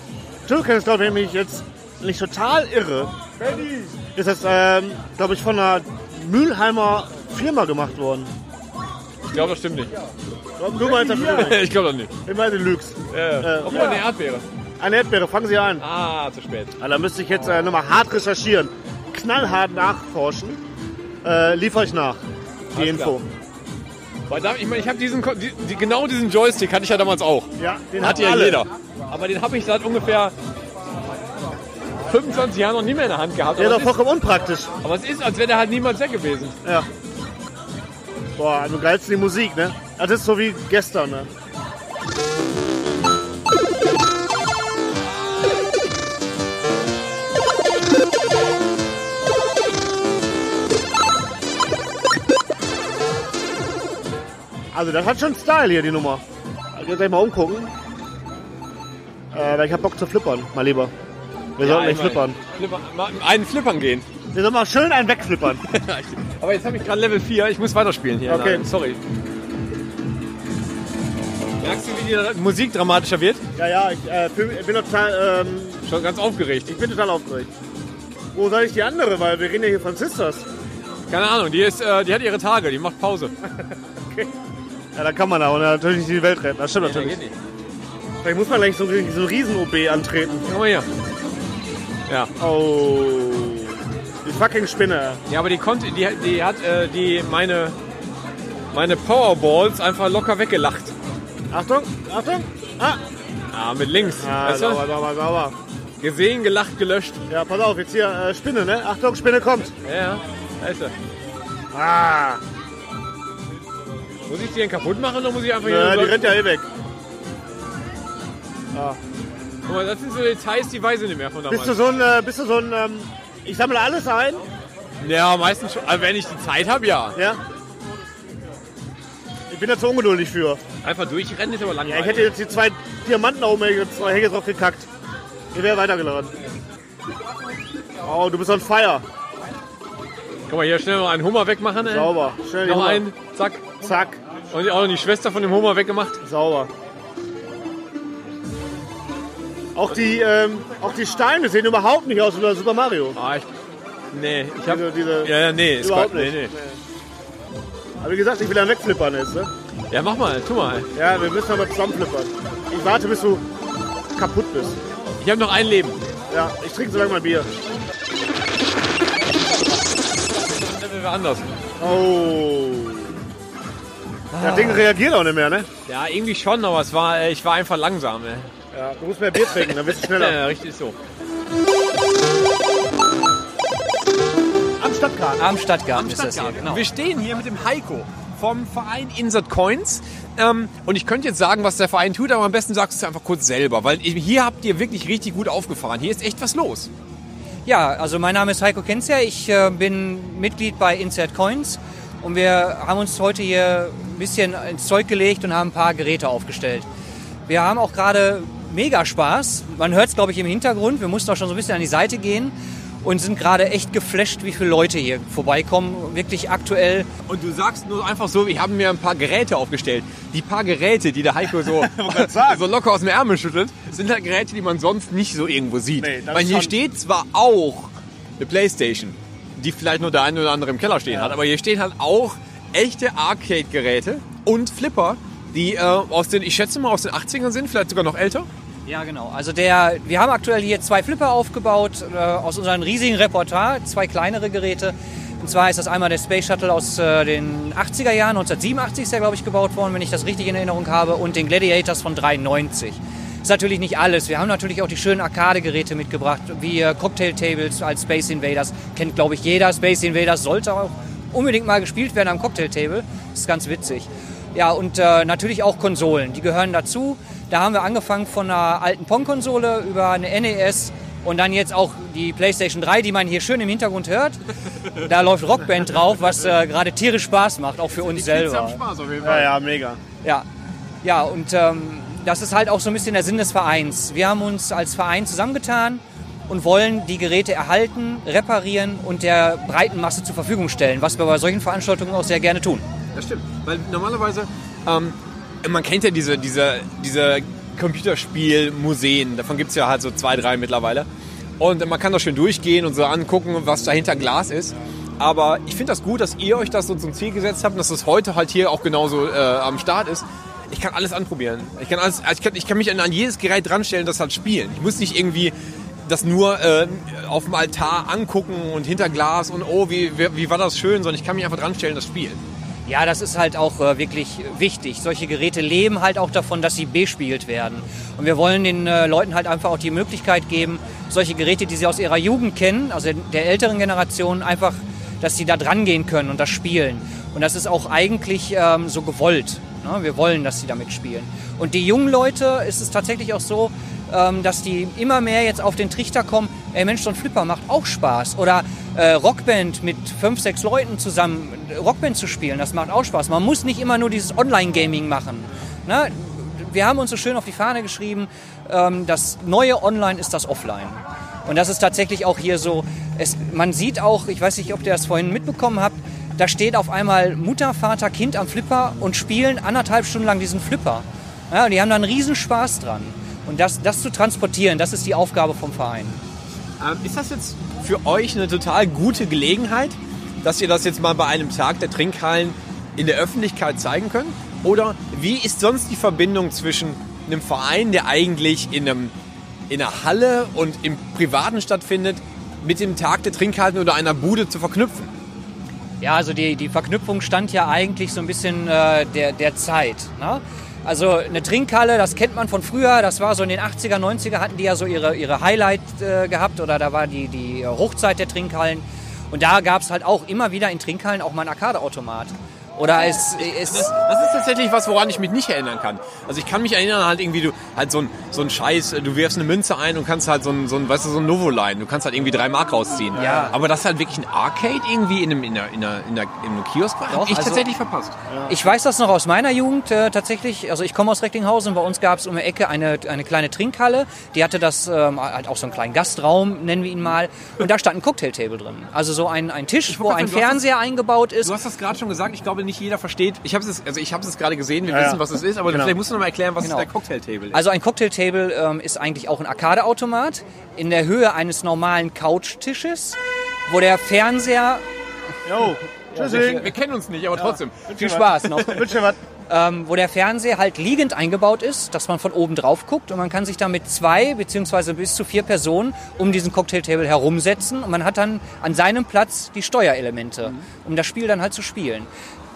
S2: Turrican ist, glaube ich, nämlich jetzt nicht total irre. Ist das, ähm, glaube ich, von einer Mülheimer Firma gemacht worden.
S1: Ich glaube, das stimmt nicht.
S2: Du meinst das Frühling.
S1: Ich glaube das nicht.
S2: Ich meine, du lügst.
S1: Äh,
S2: Äh,
S1: auch
S2: ja.
S1: mal eine Erdbeere.
S2: Eine Erdbeere, fangen Sie an.
S1: Ah, zu spät.
S2: Ah, Da müsste ich jetzt äh, nochmal hart recherchieren. Knallhart nachforschen. Äh, liefer ich nach. Die
S1: Alles
S2: Info.
S1: Weil da, ich meine, ich habe diesen, Ko- die, die, genau diesen Joystick hatte ich ja damals auch.
S2: Ja, den
S1: hat
S2: haben
S1: ja
S2: alle.
S1: jeder. Aber den habe ich seit ungefähr 25 Jahren noch nie mehr in der Hand gehabt.
S2: Der ist
S1: aber,
S2: doch
S1: es ist,
S2: vollkommen unpraktisch.
S1: aber es ist, als wäre der halt niemals weg gewesen.
S2: Ja. Boah, am geilsten die Musik, ne? Das ist so wie gestern, ne? Also das hat schon Style hier, die Nummer. Also Jetzt gleich mal umgucken. Äh, weil ich hab Bock zu flippern, mal lieber. Wir sollten nicht flippern.
S1: Mal einen flippern gehen.
S2: Wir sollen mal schön einen wegflippern.
S1: Aber jetzt habe ich gerade Level 4, ich muss weiterspielen hier.
S2: Okay.
S1: Nein, sorry. Merkst du, wie die Ra- Musik dramatischer wird?
S2: Ja, ja, ich äh, fühl mich- ich bin total. Ähm,
S1: Schon ganz aufgeregt.
S2: Ich bin total aufgeregt. Wo soll ich die andere? Weil wir reden ja hier von Sisters.
S1: Keine Ahnung, die, ist, äh, die hat ihre Tage, die macht Pause.
S2: Ja, da kann man aber natürlich nicht die Welt retten. Das stimmt
S1: Nee, da
S2: natürlich.
S1: geht
S2: Vielleicht muss man gleich so, gegen so einen Riesen-OB antreten.
S1: Guck mal hier. Ja.
S2: Oh. Die fucking Spinne.
S1: Ja, aber die konnte, die, die hat äh, die meine, meine Powerballs einfach locker weggelacht.
S2: Achtung, Achtung. Ah,
S1: Ah, mit links.
S2: ah
S1: Weißt du?
S2: sauber, sauber, sauber.
S1: Gesehen, gelacht, gelöscht.
S2: Ja, pass auf, jetzt hier äh, Spinne, ne? Achtung, Spinne kommt.
S1: Ja, da ist er.
S2: Ah.
S1: Muss ich die denn kaputt machen oder muss ich einfach
S2: Ja,
S1: hier...
S2: die rennt ja eh weg.
S1: Ah. Guck mal, das sind so Details, die weiß ich nicht mehr von damals.
S2: Bist du so ein, äh, bist du so ein, ähm, ich sammle alles ein?
S1: Ja, meistens schon. Aber wenn ich die Zeit habe, ja.
S2: Ja. Ich bin da zu ungeduldig für.
S1: Einfach durchrennen ist aber langweilig.
S2: Ja, ich hätte jetzt die zwei Diamanten da oben hängen- zwei Hänge drauf gekackt. Ich wäre weitergeladen. Oh, du bist on fire.
S1: Guck mal, hier schnell noch einen Hummer wegmachen. Ey.
S2: Sauber. Schnell den
S1: Noch
S2: Hummer.
S1: einen. Zack.
S2: Zack.
S1: Und auch noch die Schwester von dem Hummer weggemacht.
S2: Sauber. Auch die, ähm, auch die Steine sehen überhaupt nicht aus wie bei Super Mario.
S1: Ah, ich, nee, ich habe
S2: Diese- diese-
S1: ja, ja, nee, ist
S2: überhaupt
S1: Quatsch. Nee,
S2: nicht.
S1: nee.
S2: Aber wie gesagt, ich will dann wegflippern jetzt, ne?
S1: Ja, mach mal, tu mal.
S2: Ja, wir müssen aber zusammen flippern. Ich warte, bis du kaputt bist.
S1: Ich habe noch ein Leben.
S2: Ja, ich trinke so lange mein Bier.
S1: Das wäre anders.
S2: Oh. Das
S1: Ah.
S2: Ding reagiert auch nicht mehr, ne?
S1: Ja, irgendwie schon, aber es war, äh, ich war einfach langsam. Ey.
S2: Ja, du musst mehr Bier trinken, dann bist du
S1: Ja,
S2: schneller.
S1: ja, richtig so.
S2: Am Stadtgarten.
S6: Am Stadtgarten
S1: Am
S6: ist das hier,
S1: Stadtgarten.
S6: genau.
S1: Wir stehen hier mit dem Heiko vom Verein Insert Coins. Ähm, und ich könnte jetzt sagen, was der Verein tut, aber am besten sagst du es einfach kurz selber, weil hier habt ihr wirklich richtig gut aufgefahren. Hier ist echt was los.
S22: Ja, also mein Name ist Heiko Kenzer, ich äh, bin Mitglied bei Insert Coins und wir haben uns heute hier ein bisschen ins Zeug gelegt und haben ein paar Geräte aufgestellt. Wir haben auch gerade mega Spaß, man hört es glaube ich im Hintergrund, wir mussten auch schon so ein bisschen an die Seite gehen und sind gerade echt geflasht, wie viele Leute hier vorbeikommen, wirklich aktuell.
S1: Und du sagst nur einfach so, ich habe mir ein paar Geräte aufgestellt. Die paar Geräte, die der Heiko so, so locker aus dem Ärmel schüttelt, sind halt Geräte, die man sonst nicht so irgendwo sieht.
S2: Nee, das
S1: Weil
S2: ist
S1: hier
S2: schon-
S1: steht zwar auch eine Playstation, die vielleicht nur der eine oder andere im Keller stehen hat, aber hier stehen halt auch echte Arcade-Geräte und Flipper, die äh, aus den, ich schätze mal, aus den 80ern sind, vielleicht sogar noch älter.
S22: Ja, genau. Also der, wir haben aktuell hier zwei Flipper aufgebaut äh, aus unserem riesigen Repertoire, zwei kleinere Geräte. Und zwar ist das einmal der Space Shuttle aus äh, den 80er Jahren, 1987 ist der, glaube ich, gebaut worden, wenn ich das richtig in Erinnerung habe, und den Gladiators von 93. Ist natürlich nicht alles. Wir haben natürlich auch die schönen Arcade-Geräte mitgebracht, wie äh, Cocktail Tables als Space Invaders. Kennt, glaube ich, jeder. Space Invaders sollte auch unbedingt mal gespielt werden am Cocktail Table. Ist ganz witzig. Ja, und äh, natürlich auch Konsolen, die gehören dazu. Da haben wir angefangen von einer alten Pong-Konsole über eine NES und dann jetzt auch die PlayStation 3, die man hier schön im Hintergrund hört. Da läuft Rockband drauf, was äh, gerade tierisch Spaß macht, auch für uns selber.
S1: Spaß auf jeden
S2: Ja, ja, mega.
S22: Ja, ja und ähm, das ist halt auch so ein bisschen der Sinn des Vereins. Wir haben uns als Verein zusammengetan und wollen die Geräte erhalten, reparieren und der breiten Masse zur Verfügung stellen, was wir bei solchen Veranstaltungen auch sehr gerne tun.
S1: Das stimmt, weil normalerweise, ähm, man kennt ja diese, diese, diese Computerspielmuseen, davon gibt es ja halt so zwei, drei mittlerweile. Und man kann da schön durchgehen und so angucken, was da hinter Glas ist. Aber ich finde das gut, dass ihr euch das so zum Ziel gesetzt habt und dass das heute halt hier auch genauso äh, am Start ist. Ich kann alles anprobieren. Ich kann, alles, ich kann, ich kann mich an, an jedes Gerät dranstellen und das halt spielen. Ich muss nicht irgendwie das nur äh, auf dem Altar angucken und hinter Glas und oh, wie, wie, wie war das schön, sondern ich kann mich einfach dranstellen und das spielen.
S22: Ja, das ist halt auch äh, wirklich wichtig. Solche Geräte leben halt auch davon, dass sie bespielt werden. Und wir wollen den äh, Leuten halt einfach auch die Möglichkeit geben, solche Geräte, die sie aus ihrer Jugend kennen, also der älteren Generation, einfach, dass sie da dran gehen können und das spielen. Und das ist auch eigentlich ähm, so gewollt. Ne? Wir wollen, dass sie damit spielen. Und die jungen Leute ist es tatsächlich auch so, ähm, dass die immer mehr jetzt auf den Trichter kommen, ey Mensch, so ein Flipper macht auch Spaß. Oder äh, Rockband mit fünf, sechs Leuten zusammen äh, Rockband zu spielen, das macht auch Spaß. Man muss nicht immer nur dieses Online-Gaming machen. Ne? wir haben uns so schön auf die Fahne geschrieben, ähm, das neue Online ist das Offline. Und das ist tatsächlich auch hier so, es, man sieht auch, ich weiß nicht, ob ihr das vorhin mitbekommen habt, da steht auf einmal Mutter, Vater, Kind am Flipper und spielen anderthalb Stunden lang diesen Flipper. Ja, und die haben da einen riesen Spaß dran. Und das, das zu transportieren, das ist die Aufgabe vom Verein.
S1: Ähm, ist das jetzt für euch eine total gute Gelegenheit, dass ihr das jetzt mal bei einem Tag der Trinkhallen in der Öffentlichkeit zeigen könnt? Oder wie ist sonst die Verbindung zwischen einem Verein, der eigentlich in, einem, in einer Halle und im Privaten stattfindet, mit dem Tag der Trinkhallen oder einer Bude zu verknüpfen?
S22: Ja, also die, die Verknüpfung stand ja eigentlich so ein bisschen äh, der, der Zeit. Ne? Also eine Trinkhalle, das kennt man von früher, das war so in den 80er, 90er hatten die ja so ihre, ihre Highlight äh, gehabt oder da war die, die Hochzeit der Trinkhallen. Und da gab es halt auch immer wieder in Trinkhallen auch mal einen Arcade-Automat. Oder es, es
S1: das, das ist tatsächlich was, woran ich mich nicht erinnern kann. Also ich kann mich erinnern, halt irgendwie du halt so ein so ein Scheiß, du wirfst eine Münze ein und kannst halt so ein so ein weißt du so ein Novo leihen. Du kannst halt irgendwie drei Mark rausziehen.
S22: Ja.
S1: Aber das ist halt wirklich ein Arcade irgendwie in einem in einer, in einer, in einer, in einem Kiosk war, hab ich
S22: also-
S1: tatsächlich verpasst.
S22: Ich weiß das noch aus meiner Jugend äh, tatsächlich. Also ich komme aus Recklinghausen. Bei uns gab es um die Ecke eine, eine kleine Trinkhalle. Die hatte das ähm, halt auch so einen kleinen Gastraum, nennen wir ihn mal. Und da stand ein Cocktailtable drin. Also so ein, ein Tisch, wo ein Fernseher eingebaut ist.
S1: Du hast das gerade schon gesagt, ich glaube nicht jeder versteht. Ich habe es also ich habe es gerade gesehen, wir
S22: Ja, ja.
S1: wissen, was es ist, aber
S22: Genau.
S1: vielleicht musst du noch mal erklären, was
S22: Genau.
S1: der Cocktail Table ist.
S22: Also ein Cocktailtable ähm, ist eigentlich auch ein Arcade-Automat in der Höhe eines normalen Couchtisches, wo der Fernseher.
S23: Jo,
S1: wir, wir kennen uns nicht, aber trotzdem.
S22: Viel Spaß noch.
S23: Wünsche was.
S22: Ähm, wo der Fernseher halt liegend eingebaut ist, dass man von oben drauf guckt und man kann sich da mit zwei beziehungsweise bis zu vier Personen um diesen Cocktailtable herumsetzen und man hat dann an seinem Platz die Steuerelemente,
S23: Mhm.
S22: um das Spiel dann halt zu spielen.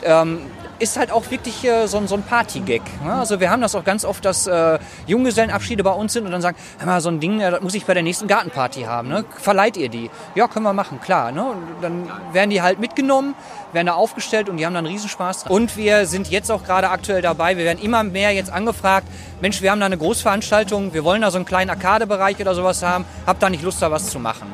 S22: Ähm, ist halt auch wirklich äh, so, ein- so ein Party-Gag. Ne? Also wir haben das auch ganz oft, dass äh, Junggesellenabschiede bei uns sind und dann sagen, hör mal, so ein Ding, äh, das muss ich bei der nächsten Gartenparty haben. Ne? Verleiht ihr die? Ja, können wir machen, klar. Ne? Und dann werden die halt mitgenommen, werden da aufgestellt und die haben dann riesen Spaß dran. Und wir sind jetzt auch gerade aktuell dabei, wir werden immer mehr jetzt angefragt, Mensch, wir haben da eine Großveranstaltung, wir wollen da so einen kleinen Arcade-Bereich oder sowas haben, habt da nicht Lust, da was zu machen.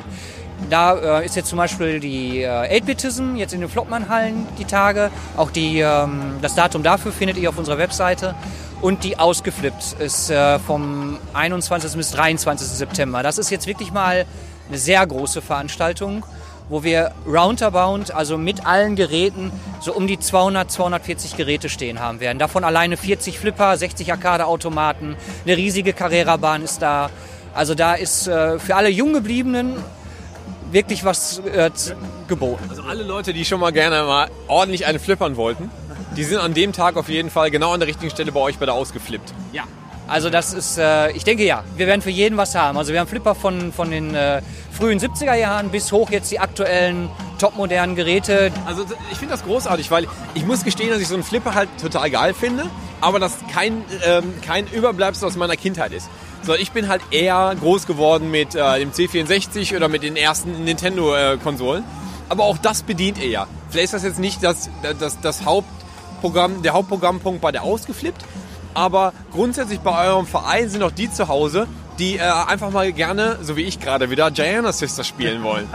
S22: Da äh, ist jetzt zum Beispiel die äh, 8-Bitism jetzt in den Flockmann-Hallen die Tage. Auch die, ähm, das Datum dafür findet ihr auf unserer Webseite. Und die Ausgeflippt ist äh, vom 21. bis 23. September. Das ist jetzt wirklich mal eine sehr große Veranstaltung, wo wir roundabout, also mit allen Geräten, so um die 200, 240 Geräte stehen haben werden. Davon alleine 40 Flipper, 60 Arcade-Automaten, eine riesige Carrera-Bahn ist da. Also da ist äh, für alle Junggebliebenen wirklich was äh, z- geboten.
S1: Also alle Leute, die schon mal gerne mal ordentlich einen flippern wollten, die sind an dem Tag auf jeden Fall genau an der richtigen Stelle bei euch bei der ausgeflippt.
S22: Ja. Also das ist, äh, ich denke ja, wir werden für jeden was haben. Also wir haben Flipper von, von den äh, frühen 70er Jahren bis hoch jetzt die aktuellen topmodernen Geräte.
S1: Also ich finde das großartig, weil ich muss gestehen, dass ich so einen Flipper halt total geil finde, aber das kein, ähm, kein Überbleibsel aus meiner Kindheit ist. So, ich bin halt eher groß geworden mit äh, dem C64 oder mit den ersten Nintendo-Konsolen. aber auch das bedient ihr ja. Vielleicht ist das jetzt nicht das, das, das Hauptprogramm, der Hauptprogrammpunkt bei der Ausgeflippt, aber grundsätzlich bei eurem Verein sind auch die zu Hause, die äh, einfach mal gerne, so wie ich gerade wieder, Diana Sisters spielen wollen.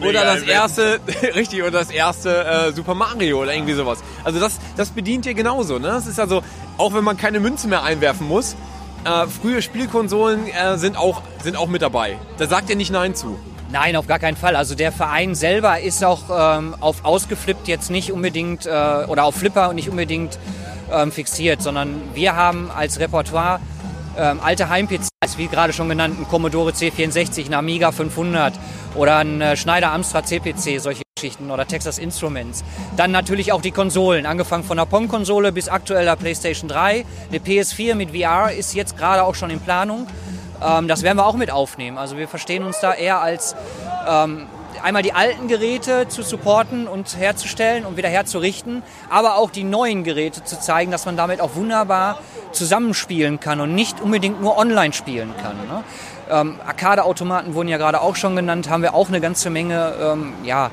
S1: Oder das erste, richtig, oder das erste äh, Super Mario oder irgendwie sowas. Also das, das bedient ihr genauso. Ne? Das ist also, auch wenn man keine Münze mehr einwerfen muss, äh, frühe Spielkonsolen äh, sind, auch, sind auch mit dabei. Da sagt ihr nicht Nein zu.
S22: Nein, auf gar keinen Fall. Also der Verein selber ist auch ähm, auf ausgeflippt jetzt nicht unbedingt äh, oder auf Flipper nicht unbedingt ähm, fixiert, sondern wir haben als Repertoire ähm, alte Heim-PCs, wie gerade schon genannt, einen Commodore C64, einen Amiga 500 oder einen äh, Schneider Amstrad CPC, solche Geschichten oder Texas Instruments. Dann natürlich auch die Konsolen, angefangen von der Pong-Konsole bis aktuell der PlayStation 3. Eine PS4 mit VR ist jetzt gerade auch schon in Planung. Ähm, das werden wir auch mit aufnehmen. Also wir verstehen uns da eher als ähm, einmal die alten Geräte zu supporten und herzustellen und wieder herzurichten, aber auch die neuen Geräte zu zeigen, dass man damit auch wunderbar zusammenspielen kann und nicht unbedingt nur online spielen kann. Ne? Ähm, Arcade-Automaten wurden ja gerade auch schon genannt, haben wir auch eine ganze Menge, ähm, ja,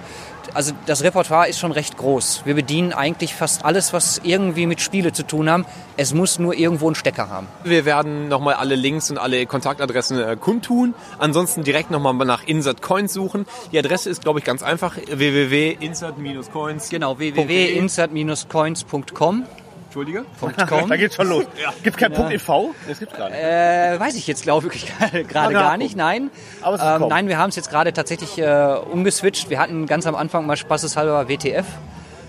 S22: also das Repertoire ist schon recht groß. Wir bedienen eigentlich fast alles, was irgendwie mit Spiele zu tun haben. Es muss nur irgendwo einen Stecker haben.
S1: Wir werden nochmal alle Links und alle Kontaktadressen äh, kundtun. Ansonsten direkt nochmal nach Insert Coins suchen. Die Adresse ist, glaube ich, ganz einfach. www.insert-coins.
S22: Genau, www.insert-coins.com.
S1: E Entschuldige?
S2: E da geht's schon los. Gibt kein Punkt E e.V.? Das gibt's gar nicht.
S22: Genau. Äh, weiß ich jetzt, glaube ich, gerade gar nicht. Nein.
S2: Aber es ist
S22: ähm,
S2: kommen.
S22: nein, wir haben es jetzt gerade tatsächlich äh, umgeswitcht. Wir hatten ganz am Anfang mal spaßeshalber WTF.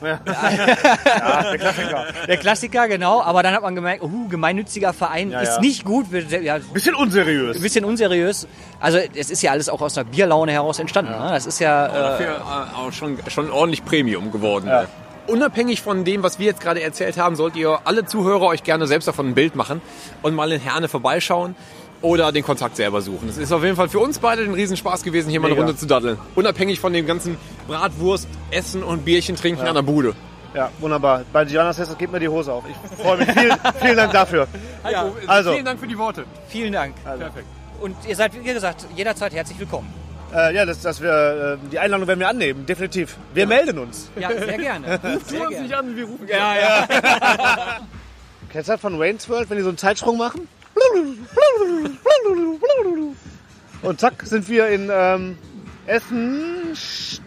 S2: Ja. der Klassiker.
S22: Der Klassiker, genau. Aber dann hat man gemerkt, uh, gemeinnütziger Verein
S2: Ja,
S22: ist
S2: ja.
S22: nicht gut. Wir, ja,
S2: bisschen unseriös.
S22: Ein bisschen unseriös. Also es ist ja alles auch aus einer Bierlaune heraus entstanden. Ne? Das ist ja...
S1: Dafür
S22: Äh,
S1: äh, auch schon, schon ordentlich Premium geworden. Unabhängig von dem, was wir jetzt gerade erzählt haben, sollt ihr alle Zuhörer euch gerne selbst davon ein Bild machen und mal in Herne vorbeischauen oder den Kontakt selber suchen. Es ist auf jeden Fall für uns beide ein Riesenspaß gewesen, hier mal eine
S2: Mega.
S1: Runde zu daddeln. Unabhängig von dem ganzen Bratwurst, Essen und Bierchen trinken
S2: Ja.
S1: an der Bude.
S2: Ja, wunderbar. Bei Gianna Sessa geht mir die Hose auf. Ich freue mich. Vielen, vielen Dank dafür.
S22: Ja,
S2: also.
S1: Vielen Dank für die Worte.
S22: vielen Dank.
S2: Perfekt.
S22: Und ihr seid, wie gesagt, jederzeit herzlich willkommen.
S2: Äh, ja, das, das wir, äh, die Einladung werden wir annehmen, definitiv. Wir melden uns.
S22: Ja, sehr gerne. Ruft
S1: uns nicht an, wir rufen
S22: Ja, ja.
S2: Kennst du das von Wayne's World, wenn die so einen Zeitsprung machen? Und zack, sind wir in ähm, Essen, Sch-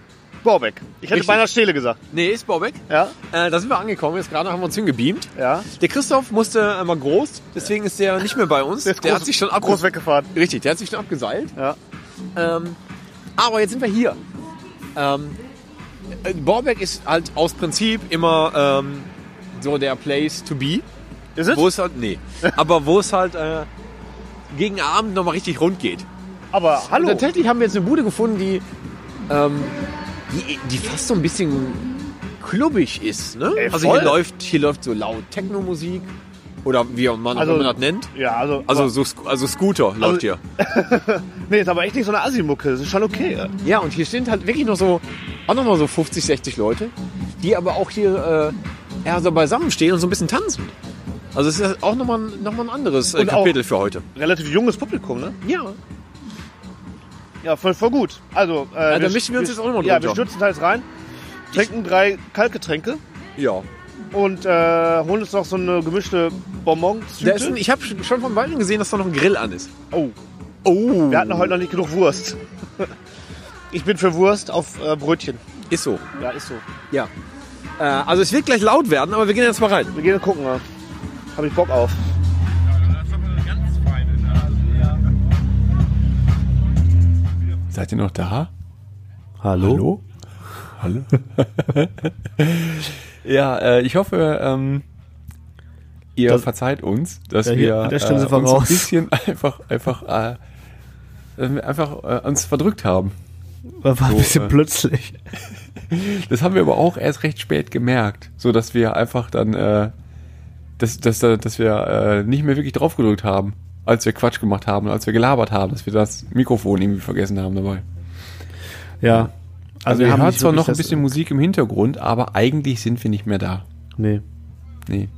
S2: Borbeck. Ich hätte
S1: Richtig.
S2: beinahe Stele gesagt.
S1: Nee, ist Borbeck.
S2: Ja.
S1: Äh, da sind wir angekommen, jetzt gerade haben wir uns hingebeamt.
S2: Ja.
S1: Der Christoph musste einmal groß, deswegen ist der nicht mehr bei uns. Der,
S2: ist groß-
S1: hat sich schon ab
S2: groß weggefahren.
S1: Richtig, der hat sich schon abgeseilt.
S2: Ja.
S1: Ähm, aber jetzt sind wir hier. Ähm, äh, Borbeck ist halt aus Prinzip immer ähm, so der Place to be.
S2: Ist es?
S1: Wo es halt, nee. Aber wo es halt äh, gegen Abend nochmal richtig rund geht.
S2: Aber
S1: Und
S2: hallo.
S1: tatsächlich haben wir jetzt eine Bude gefunden, die, ähm, die, die fast so ein bisschen klubbig ist. Ne?
S2: Ey,
S1: also hier
S2: voll.
S1: läuft, hier läuft so laut Techno-Musik oder wie man, auch
S2: Also-
S1: immer das nennt.
S2: Ja, also.
S1: Also, so, Sc- also Scooter läuft hier.
S2: nee, ist aber echt nicht so eine Assi-Mucke. Das ist schon okay. ja.
S1: Ja, und hier sind halt wirklich noch so, auch nochmal so 50, 60 Leute, die aber auch hier äh, eher so beisammen stehen und so ein bisschen tanzen. Also es ist auch nochmal noch mal ein anderes äh,
S2: Und auch-
S1: Kapitel für heute.
S2: Relativ junges Publikum, ne?
S1: Ja.
S2: Ja, voll, voll gut. Also, äh,
S1: da mischen wir uns jetzt auch nochmal
S2: Ja, wir
S1: drunter.
S2: stürzen teils rein, trinken drei Kaltgetränke
S1: Ja.
S2: und äh, holen uns noch so eine gemischte Bonbon-Tüte.
S1: Da ist ein, ich habe schon von Weitem gesehen, dass da noch ein Grill an ist.
S2: Oh.
S1: Oh.
S2: Wir hatten heute noch nicht genug Wurst. Ich bin für Wurst auf äh, Brötchen.
S1: Ist so.
S2: Ja, ist so.
S1: Ja. Äh, also es wird gleich laut werden, aber wir gehen jetzt mal rein.
S2: Wir gehen gucken mal. Hab ich Bock auf.
S15: Seid ihr noch da? Hallo? Hallo? ja, äh, ich hoffe, ähm, ihr Das- verzeiht uns, dass
S18: Ja,
S15: wir
S18: hier, an der Stelle
S15: äh,
S18: sind wir
S15: uns ein
S18: raus.
S15: bisschen einfach, einfach, äh, äh, einfach äh, uns verdrückt haben. äh,
S18: War ein bisschen plötzlich.
S15: Das haben wir aber auch erst recht spät gemerkt, so dass wir einfach dann, äh, dass, dass, dass wir äh, nicht mehr wirklich drauf gedrückt haben, als wir Quatsch gemacht haben, als wir gelabert haben, dass wir das Mikrofon irgendwie vergessen haben dabei.
S18: Ja.
S15: Also,
S18: wir
S15: wir
S18: haben
S15: haben
S18: nicht
S15: zwar
S18: wirklich
S15: noch ein
S18: das-
S15: bisschen Musik im Hintergrund, aber eigentlich sind wir nicht mehr da.
S18: Nee.
S15: Nee.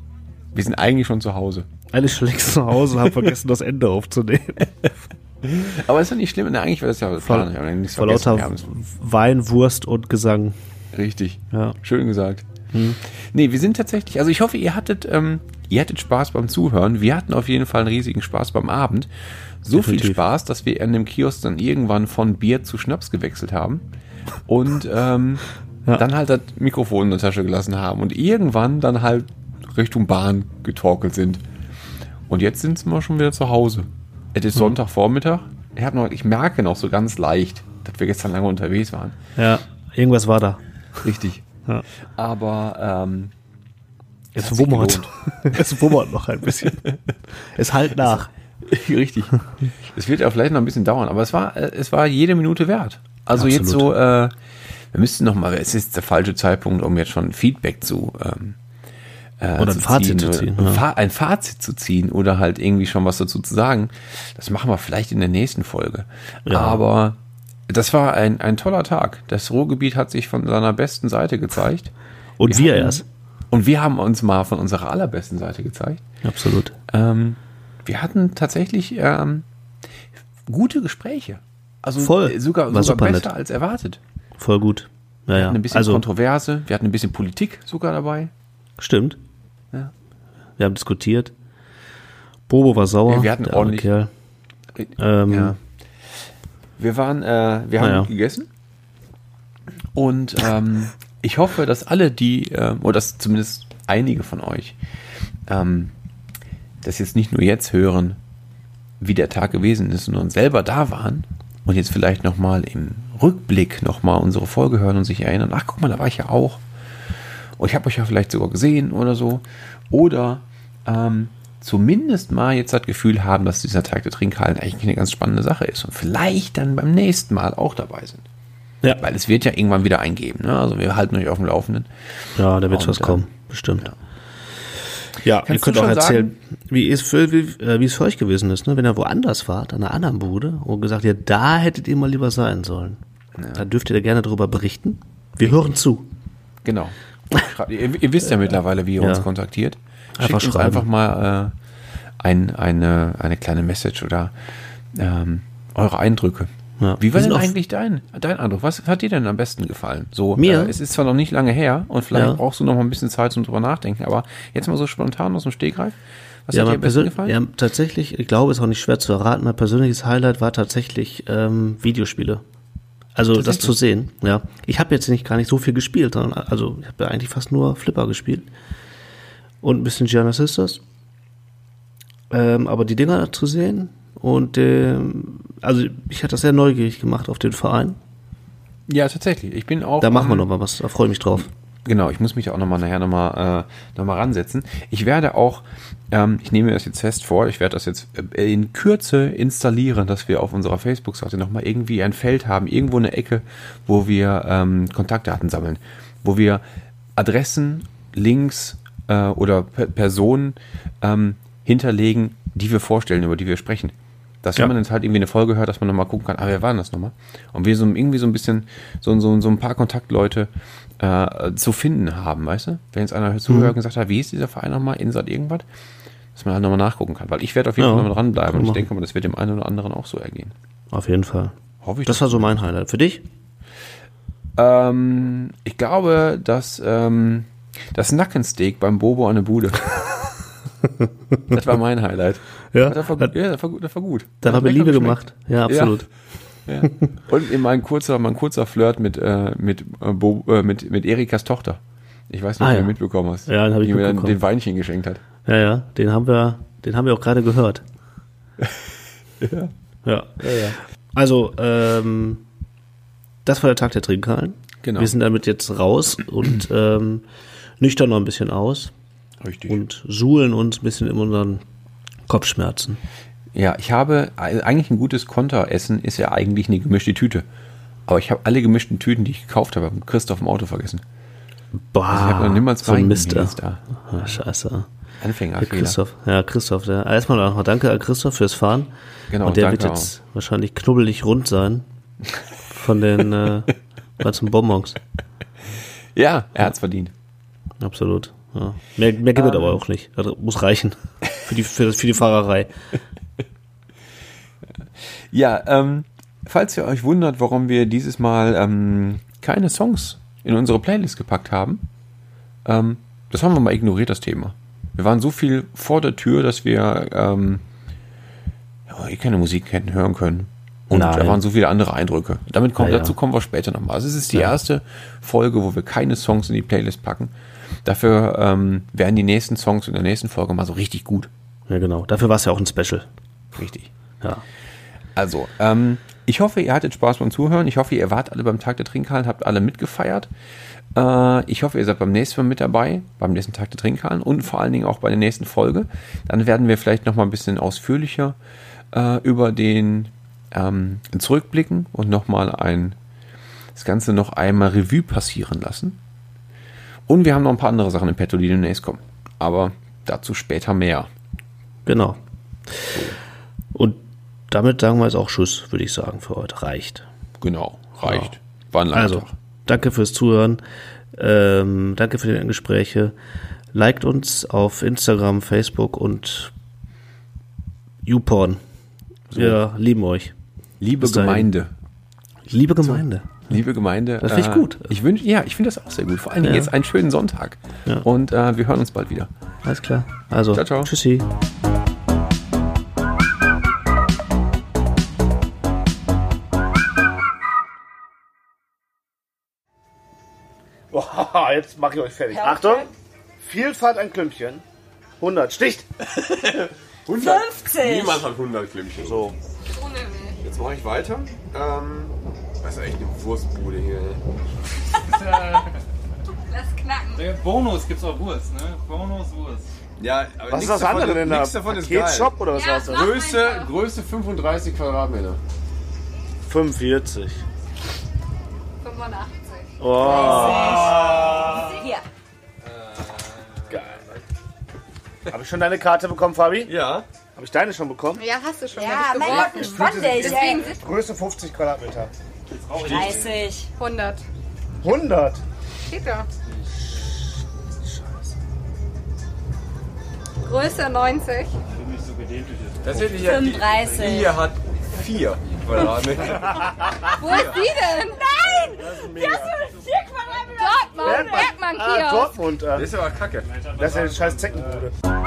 S15: Wir sind eigentlich schon zu Hause.
S18: Eigentlich schon längst zu Hause, hab vergessen, das Ende aufzunehmen.
S15: Aber ist ja nicht schlimm, ne, eigentlich war das ja der Plan. Wir haben ja nichts
S18: Vor
S15: vergessen.
S18: lauter
S15: Wir haben es-
S18: Wein, Wurst und Gesang.
S15: Richtig.
S18: Ja.
S15: Schön gesagt. Nee, wir sind tatsächlich, also ich hoffe, ihr hattet, ähm, ihr hattet Spaß beim Zuhören. Wir hatten auf jeden Fall einen riesigen Spaß beim Abend. So viel Spaß, dass wir an dem Kiosk dann irgendwann von Bier zu Schnaps gewechselt haben. Und ähm, dann halt das Mikrofon in der Tasche gelassen haben. Und irgendwann dann halt Richtung Bahn getorkelt sind. Und jetzt sind wir schon wieder zu Hause. Es ist Sonntagvormittag. Ich, hab noch, ich merke noch so ganz leicht, dass wir gestern lange unterwegs waren.
S18: Ja, irgendwas war da.
S15: Richtig.
S18: Ja.
S15: Aber ähm,
S18: Es
S15: hat sich
S18: wummert.
S15: gelohnt.
S18: es wummert noch ein bisschen. Es halt nach.
S15: Richtig. Es wird ja vielleicht noch ein bisschen dauern, aber es war, äh, es war jede Minute wert. Also jetzt so,
S18: Absolut.
S15: äh, wir müssten noch mal, es ist der falsche Zeitpunkt, um jetzt schon Feedback zu ähm, äh,
S18: Oder ein Fazit zu
S15: oder
S18: ziehen,
S15: ein
S18: ja.
S15: Fa- Ein Fazit zu ziehen oder halt irgendwie schon was dazu zu sagen. Das machen wir vielleicht in der nächsten Folge.
S18: Ja.
S15: Aber das war ein, ein toller Tag. Das Ruhrgebiet hat sich von seiner besten Seite gezeigt.
S18: Und wir erst.
S15: Und wir haben uns mal von unserer allerbesten Seite gezeigt.
S18: Absolut.
S15: Ähm, wir hatten tatsächlich ähm, gute Gespräche. Also
S18: Voll.
S15: sogar,
S18: War
S15: sogar
S18: super
S15: besser
S18: nett.
S15: als erwartet.
S18: Voll gut. Ja,
S15: Wir
S18: ja.
S15: hatten ein bisschen
S18: Also,
S15: Kontroverse, wir hatten ein bisschen Politik sogar dabei.
S18: stimmt.
S15: Ja.
S18: Wir haben diskutiert. Bobo war sauer.
S15: Ja, wir hatten
S18: der arme
S15: ordentlich-
S18: Kerl. Ähm,
S15: ja. Wir waren, äh, wir haben
S18: Naja.
S15: gegessen und ähm, ich hoffe, dass alle, die, ähm, oder dass zumindest einige von euch ähm, das jetzt nicht nur jetzt hören, wie der Tag gewesen ist, sondern selber da waren und jetzt vielleicht nochmal im Rückblick nochmal unsere Folge hören und sich erinnern, ach guck mal, da war ich ja auch. Und ich habe euch ja vielleicht sogar gesehen oder so. Oder ähm, zumindest mal jetzt das Gefühl haben, dass dieser Tag der Trinkhallen eigentlich eine ganz spannende Sache ist und vielleicht dann beim nächsten Mal auch dabei sind. Ja. Weil es wird ja irgendwann wieder eingeben. Ne? Also wir halten euch auf dem Laufenden.
S18: Ja, da wird
S15: Und,
S18: was
S15: äh,
S18: kommen, bestimmt. Ja, ihr
S15: Kannst
S18: könnt
S15: du
S18: auch
S15: schon
S18: erzählen, wie es, für, wie, äh, wie es für euch gewesen ist, ne? wenn ihr woanders wart, an einer anderen Bude und gesagt, ja, da hättet ihr mal lieber sein sollen. Da dürft ihr da gerne drüber berichten. Wir hören zu.
S15: Genau. Schreibt- ihr, ihr wisst ja mittlerweile, wie ihr
S18: Ja.
S15: uns kontaktiert. Schickt
S18: Einfach
S15: einfach uns
S18: schreiben.
S15: einfach mal äh, ein, eine, eine kleine Message oder ähm, eure Eindrücke.
S18: Ja.
S15: Wie war
S18: Wir
S15: denn
S18: sind auf-
S15: eigentlich dein, dein Eindruck? Was hat dir denn am besten gefallen? So,
S18: Mir?
S15: Äh, es ist zwar noch nicht lange her und vielleicht
S18: Ja.
S15: brauchst du noch mal ein bisschen Zeit zum drüber nachdenken, aber jetzt mal so spontan aus dem Stegreif. Was hat dir
S18: mein
S15: am besten
S18: persönlich-
S15: gefallen?
S18: Ja, tatsächlich, ich glaube, ist auch nicht schwer zu erraten. Mein persönliches Highlight war tatsächlich ähm, Videospiele. Also das
S15: Tatsächlich?
S18: zu sehen, ja. Ich habe jetzt nicht gar nicht so viel gespielt, sondern also ich habe ja eigentlich fast nur Flipper gespielt und ein bisschen Gianna Sisters. Ähm, aber die Dinger zu sehen und ähm, also ich hatte das sehr neugierig gemacht auf den Verein.
S15: Ja, tatsächlich. Ich bin auch.
S18: Da machen wir
S15: ähm,
S18: noch mal was, da freue ich mich drauf.
S15: Genau, ich muss mich da auch nochmal nachher nochmal äh, noch mal ransetzen. Ich werde auch, ähm, ich nehme mir das jetzt fest vor, ich werde das jetzt äh, in Kürze installieren, dass wir auf unserer Facebook-Seite nochmal irgendwie ein Feld haben, irgendwo eine Ecke, wo wir ähm, Kontaktdaten sammeln, wo wir Adressen, Links äh, oder per Personen ähm, hinterlegen, die wir vorstellen, über die wir sprechen. Dass wenn man jetzt halt irgendwie eine Folge hört, dass man nochmal gucken kann, ah, wer war denn das nochmal? Und wir so irgendwie so ein bisschen, so, so, so ein paar Kontaktleute äh, zu finden haben, weißt du? Wenn jetzt einer halt
S18: Mhm.
S15: zuhört und gesagt hat, wie ist dieser Verein nochmal, Insert irgendwas? Dass man halt nochmal nachgucken kann. Weil ich werde auf jeden
S18: Ja.
S15: Fall nochmal dranbleiben.
S18: Kann
S15: Und ich
S18: man
S15: denke mal, das wird dem einen oder anderen auch so ergehen.
S18: Auf jeden Fall.
S15: Hoffe ich
S18: Das war so mein Highlight. Für dich?
S15: Ähm, ich glaube, dass ähm, das Nackensteak beim Bobo an der Bude. das war mein Highlight.
S18: Ja?
S15: das war gut. Ja, das war gut. Das war gut.
S18: Da
S15: Das
S18: haben wir
S15: hat lecker
S18: Liebe
S15: geschmeckt.
S18: gemacht. Ja, absolut.
S15: Ja. Ja. Und in mein kurzer, mein kurzer Flirt mit, äh, mit, äh, Bo, äh, mit, mit Erikas Tochter. Ich weiß nicht, ob
S18: Ah,
S15: du
S18: ja.
S15: den mitbekommen hast.
S18: Ja, den hab ich
S15: Die mir dann
S18: mitbekommen.
S15: den Weinchen geschenkt hat.
S18: Ja, ja, den haben wir, den haben wir auch gerade gehört.
S15: Ja.
S18: Ja. Also, ähm, das war der Tag der Trinkhallen.
S15: Genau.
S18: Wir sind damit jetzt raus und ähm, nüchtern noch ein bisschen aus.
S15: Richtig.
S18: Und suhlen uns ein bisschen in unseren Kopfschmerzen.
S15: Ja, ich habe also eigentlich ein gutes Konteressen ist ja eigentlich eine gemischte Tüte. Aber ich habe alle gemischten Tüten, die ich gekauft habe, beim Christoph im Auto vergessen.
S18: Bah,
S15: Also ich habe noch niemals
S18: so ein Mist.
S15: reingewiesen,
S18: ey.
S15: da.
S18: Ah, scheiße.
S15: Anfängerfehler.
S18: Ja, Christoph, ja, Christoph. Der, erstmal auch noch danke an Christoph fürs Fahren.
S15: Genau,
S18: Und der
S15: danke
S18: wird jetzt wahrscheinlich knubbelig rund sein von den äh, ganzen Bonbons.
S15: Ja, er hat's verdient.
S18: Absolut. Ja. Mehr, mehr gibt es
S15: Ähm.
S18: aber auch nicht. Das muss reichen. Für die, für, für die Fahrerei.
S15: Ja, ähm, falls ihr euch wundert, warum wir dieses Mal ähm, keine Songs in unsere Playlist gepackt haben, ähm, das haben wir mal ignoriert, das Thema. Wir waren so viel vor der Tür, dass wir ähm, ja, eh keine Musik hätten hören können. Und
S18: Nein.
S15: da waren so viele andere Eindrücke. Damit kommt,
S18: Ja, ja.
S15: dazu kommen wir später nochmal. Also es ist die
S18: Ja.
S15: erste Folge, wo wir keine Songs in die Playlist packen. Dafür ähm, werden die nächsten Songs in der nächsten Folge mal so richtig gut.
S18: Ja, genau. Dafür war es ja auch ein Special.
S15: Richtig.
S18: Ja.
S15: Also, ähm, ich hoffe, ihr hattet Spaß beim Zuhören. Ich hoffe, ihr wart alle beim Tag der Trinkhallen, habt alle mitgefeiert. Äh, ich hoffe, ihr seid beim nächsten Mal mit dabei, beim nächsten Tag der Trinkhallen und vor allen Dingen auch bei der nächsten Folge. Dann werden wir vielleicht nochmal ein bisschen ausführlicher äh, über den ähm, zurückblicken und nochmal ein, das Ganze noch einmal Revue passieren lassen. Und wir haben noch ein paar andere Sachen im Petto, die demnächst kommen. Aber dazu später mehr.
S18: Genau. Und damit sagen wir jetzt auch Tschüss, würde ich sagen, für heute. Reicht.
S15: Genau, reicht. War ein langer
S18: also,
S15: Tag.
S18: danke fürs Zuhören. Ähm, danke für die Gespräche. Liked uns auf Instagram, Facebook und YouPorn. Wir lieben euch.
S15: Liebe
S18: Bis dahin.
S15: Gemeinde.
S18: Liebe Gemeinde.
S15: Liebe Gemeinde.
S18: Das finde ich
S15: äh,
S18: gut.
S15: Ich wünsch, ja, ich finde das auch sehr gut. Vor allen Dingen
S18: Ja.
S15: jetzt einen schönen Sonntag.
S18: Ja.
S15: Und äh, wir hören uns bald wieder.
S18: Alles klar. Also,
S15: Ciao, ciao.
S18: tschüssi.
S2: Boah, jetzt mache ich euch fertig. Achtung. Vielfalt an Klümpchen. 100. Sticht!
S1: 100?
S24: 50.
S1: Niemand hat 100 Klimmchen. So. Jetzt mache ich weiter. Ähm, das ist echt eine Wurstbude hier.
S8: Lass knacken.
S15: Bonus gibt's auch Wurst, ne? Bonus Wurst.
S1: Ja, aber
S2: Was
S1: nichts
S2: ist das
S1: davon-
S2: andere denn da?
S1: Nichts davon ist geil.
S2: Paketshop oder was Ja, war's denn? mach
S1: Größe, Größe 35 Quadratmeter.
S2: 45.
S8: 85.
S2: Oh.
S8: Hier.
S2: Geil. Habe ich schon deine Karte bekommen, Fabi?
S1: Ja.
S2: Habe ich deine schon bekommen?
S8: Ja, hast du schon.
S5: Ja,
S8: hab ich
S5: mein
S8: geworfen.
S5: Gott, ein Spandel,
S8: Deswegen
S5: ey.
S8: sind
S2: Größe 50 Quadratmeter.
S5: 30.
S8: 100.
S2: 100.
S8: Steht da. Größe 90.
S1: Tatsächlich,
S8: 35.
S1: Die, die hier hat 4 Quadratmeter.
S8: Wo ist die denn? Nein! Die hast du mit 4 Quadratmeter. Dortmund. Bergmann
S2: Ah,
S8: Kiosk.
S2: Dortmund. Das ist aber kacke. Das ist ja eine scheiß Zeckenbude.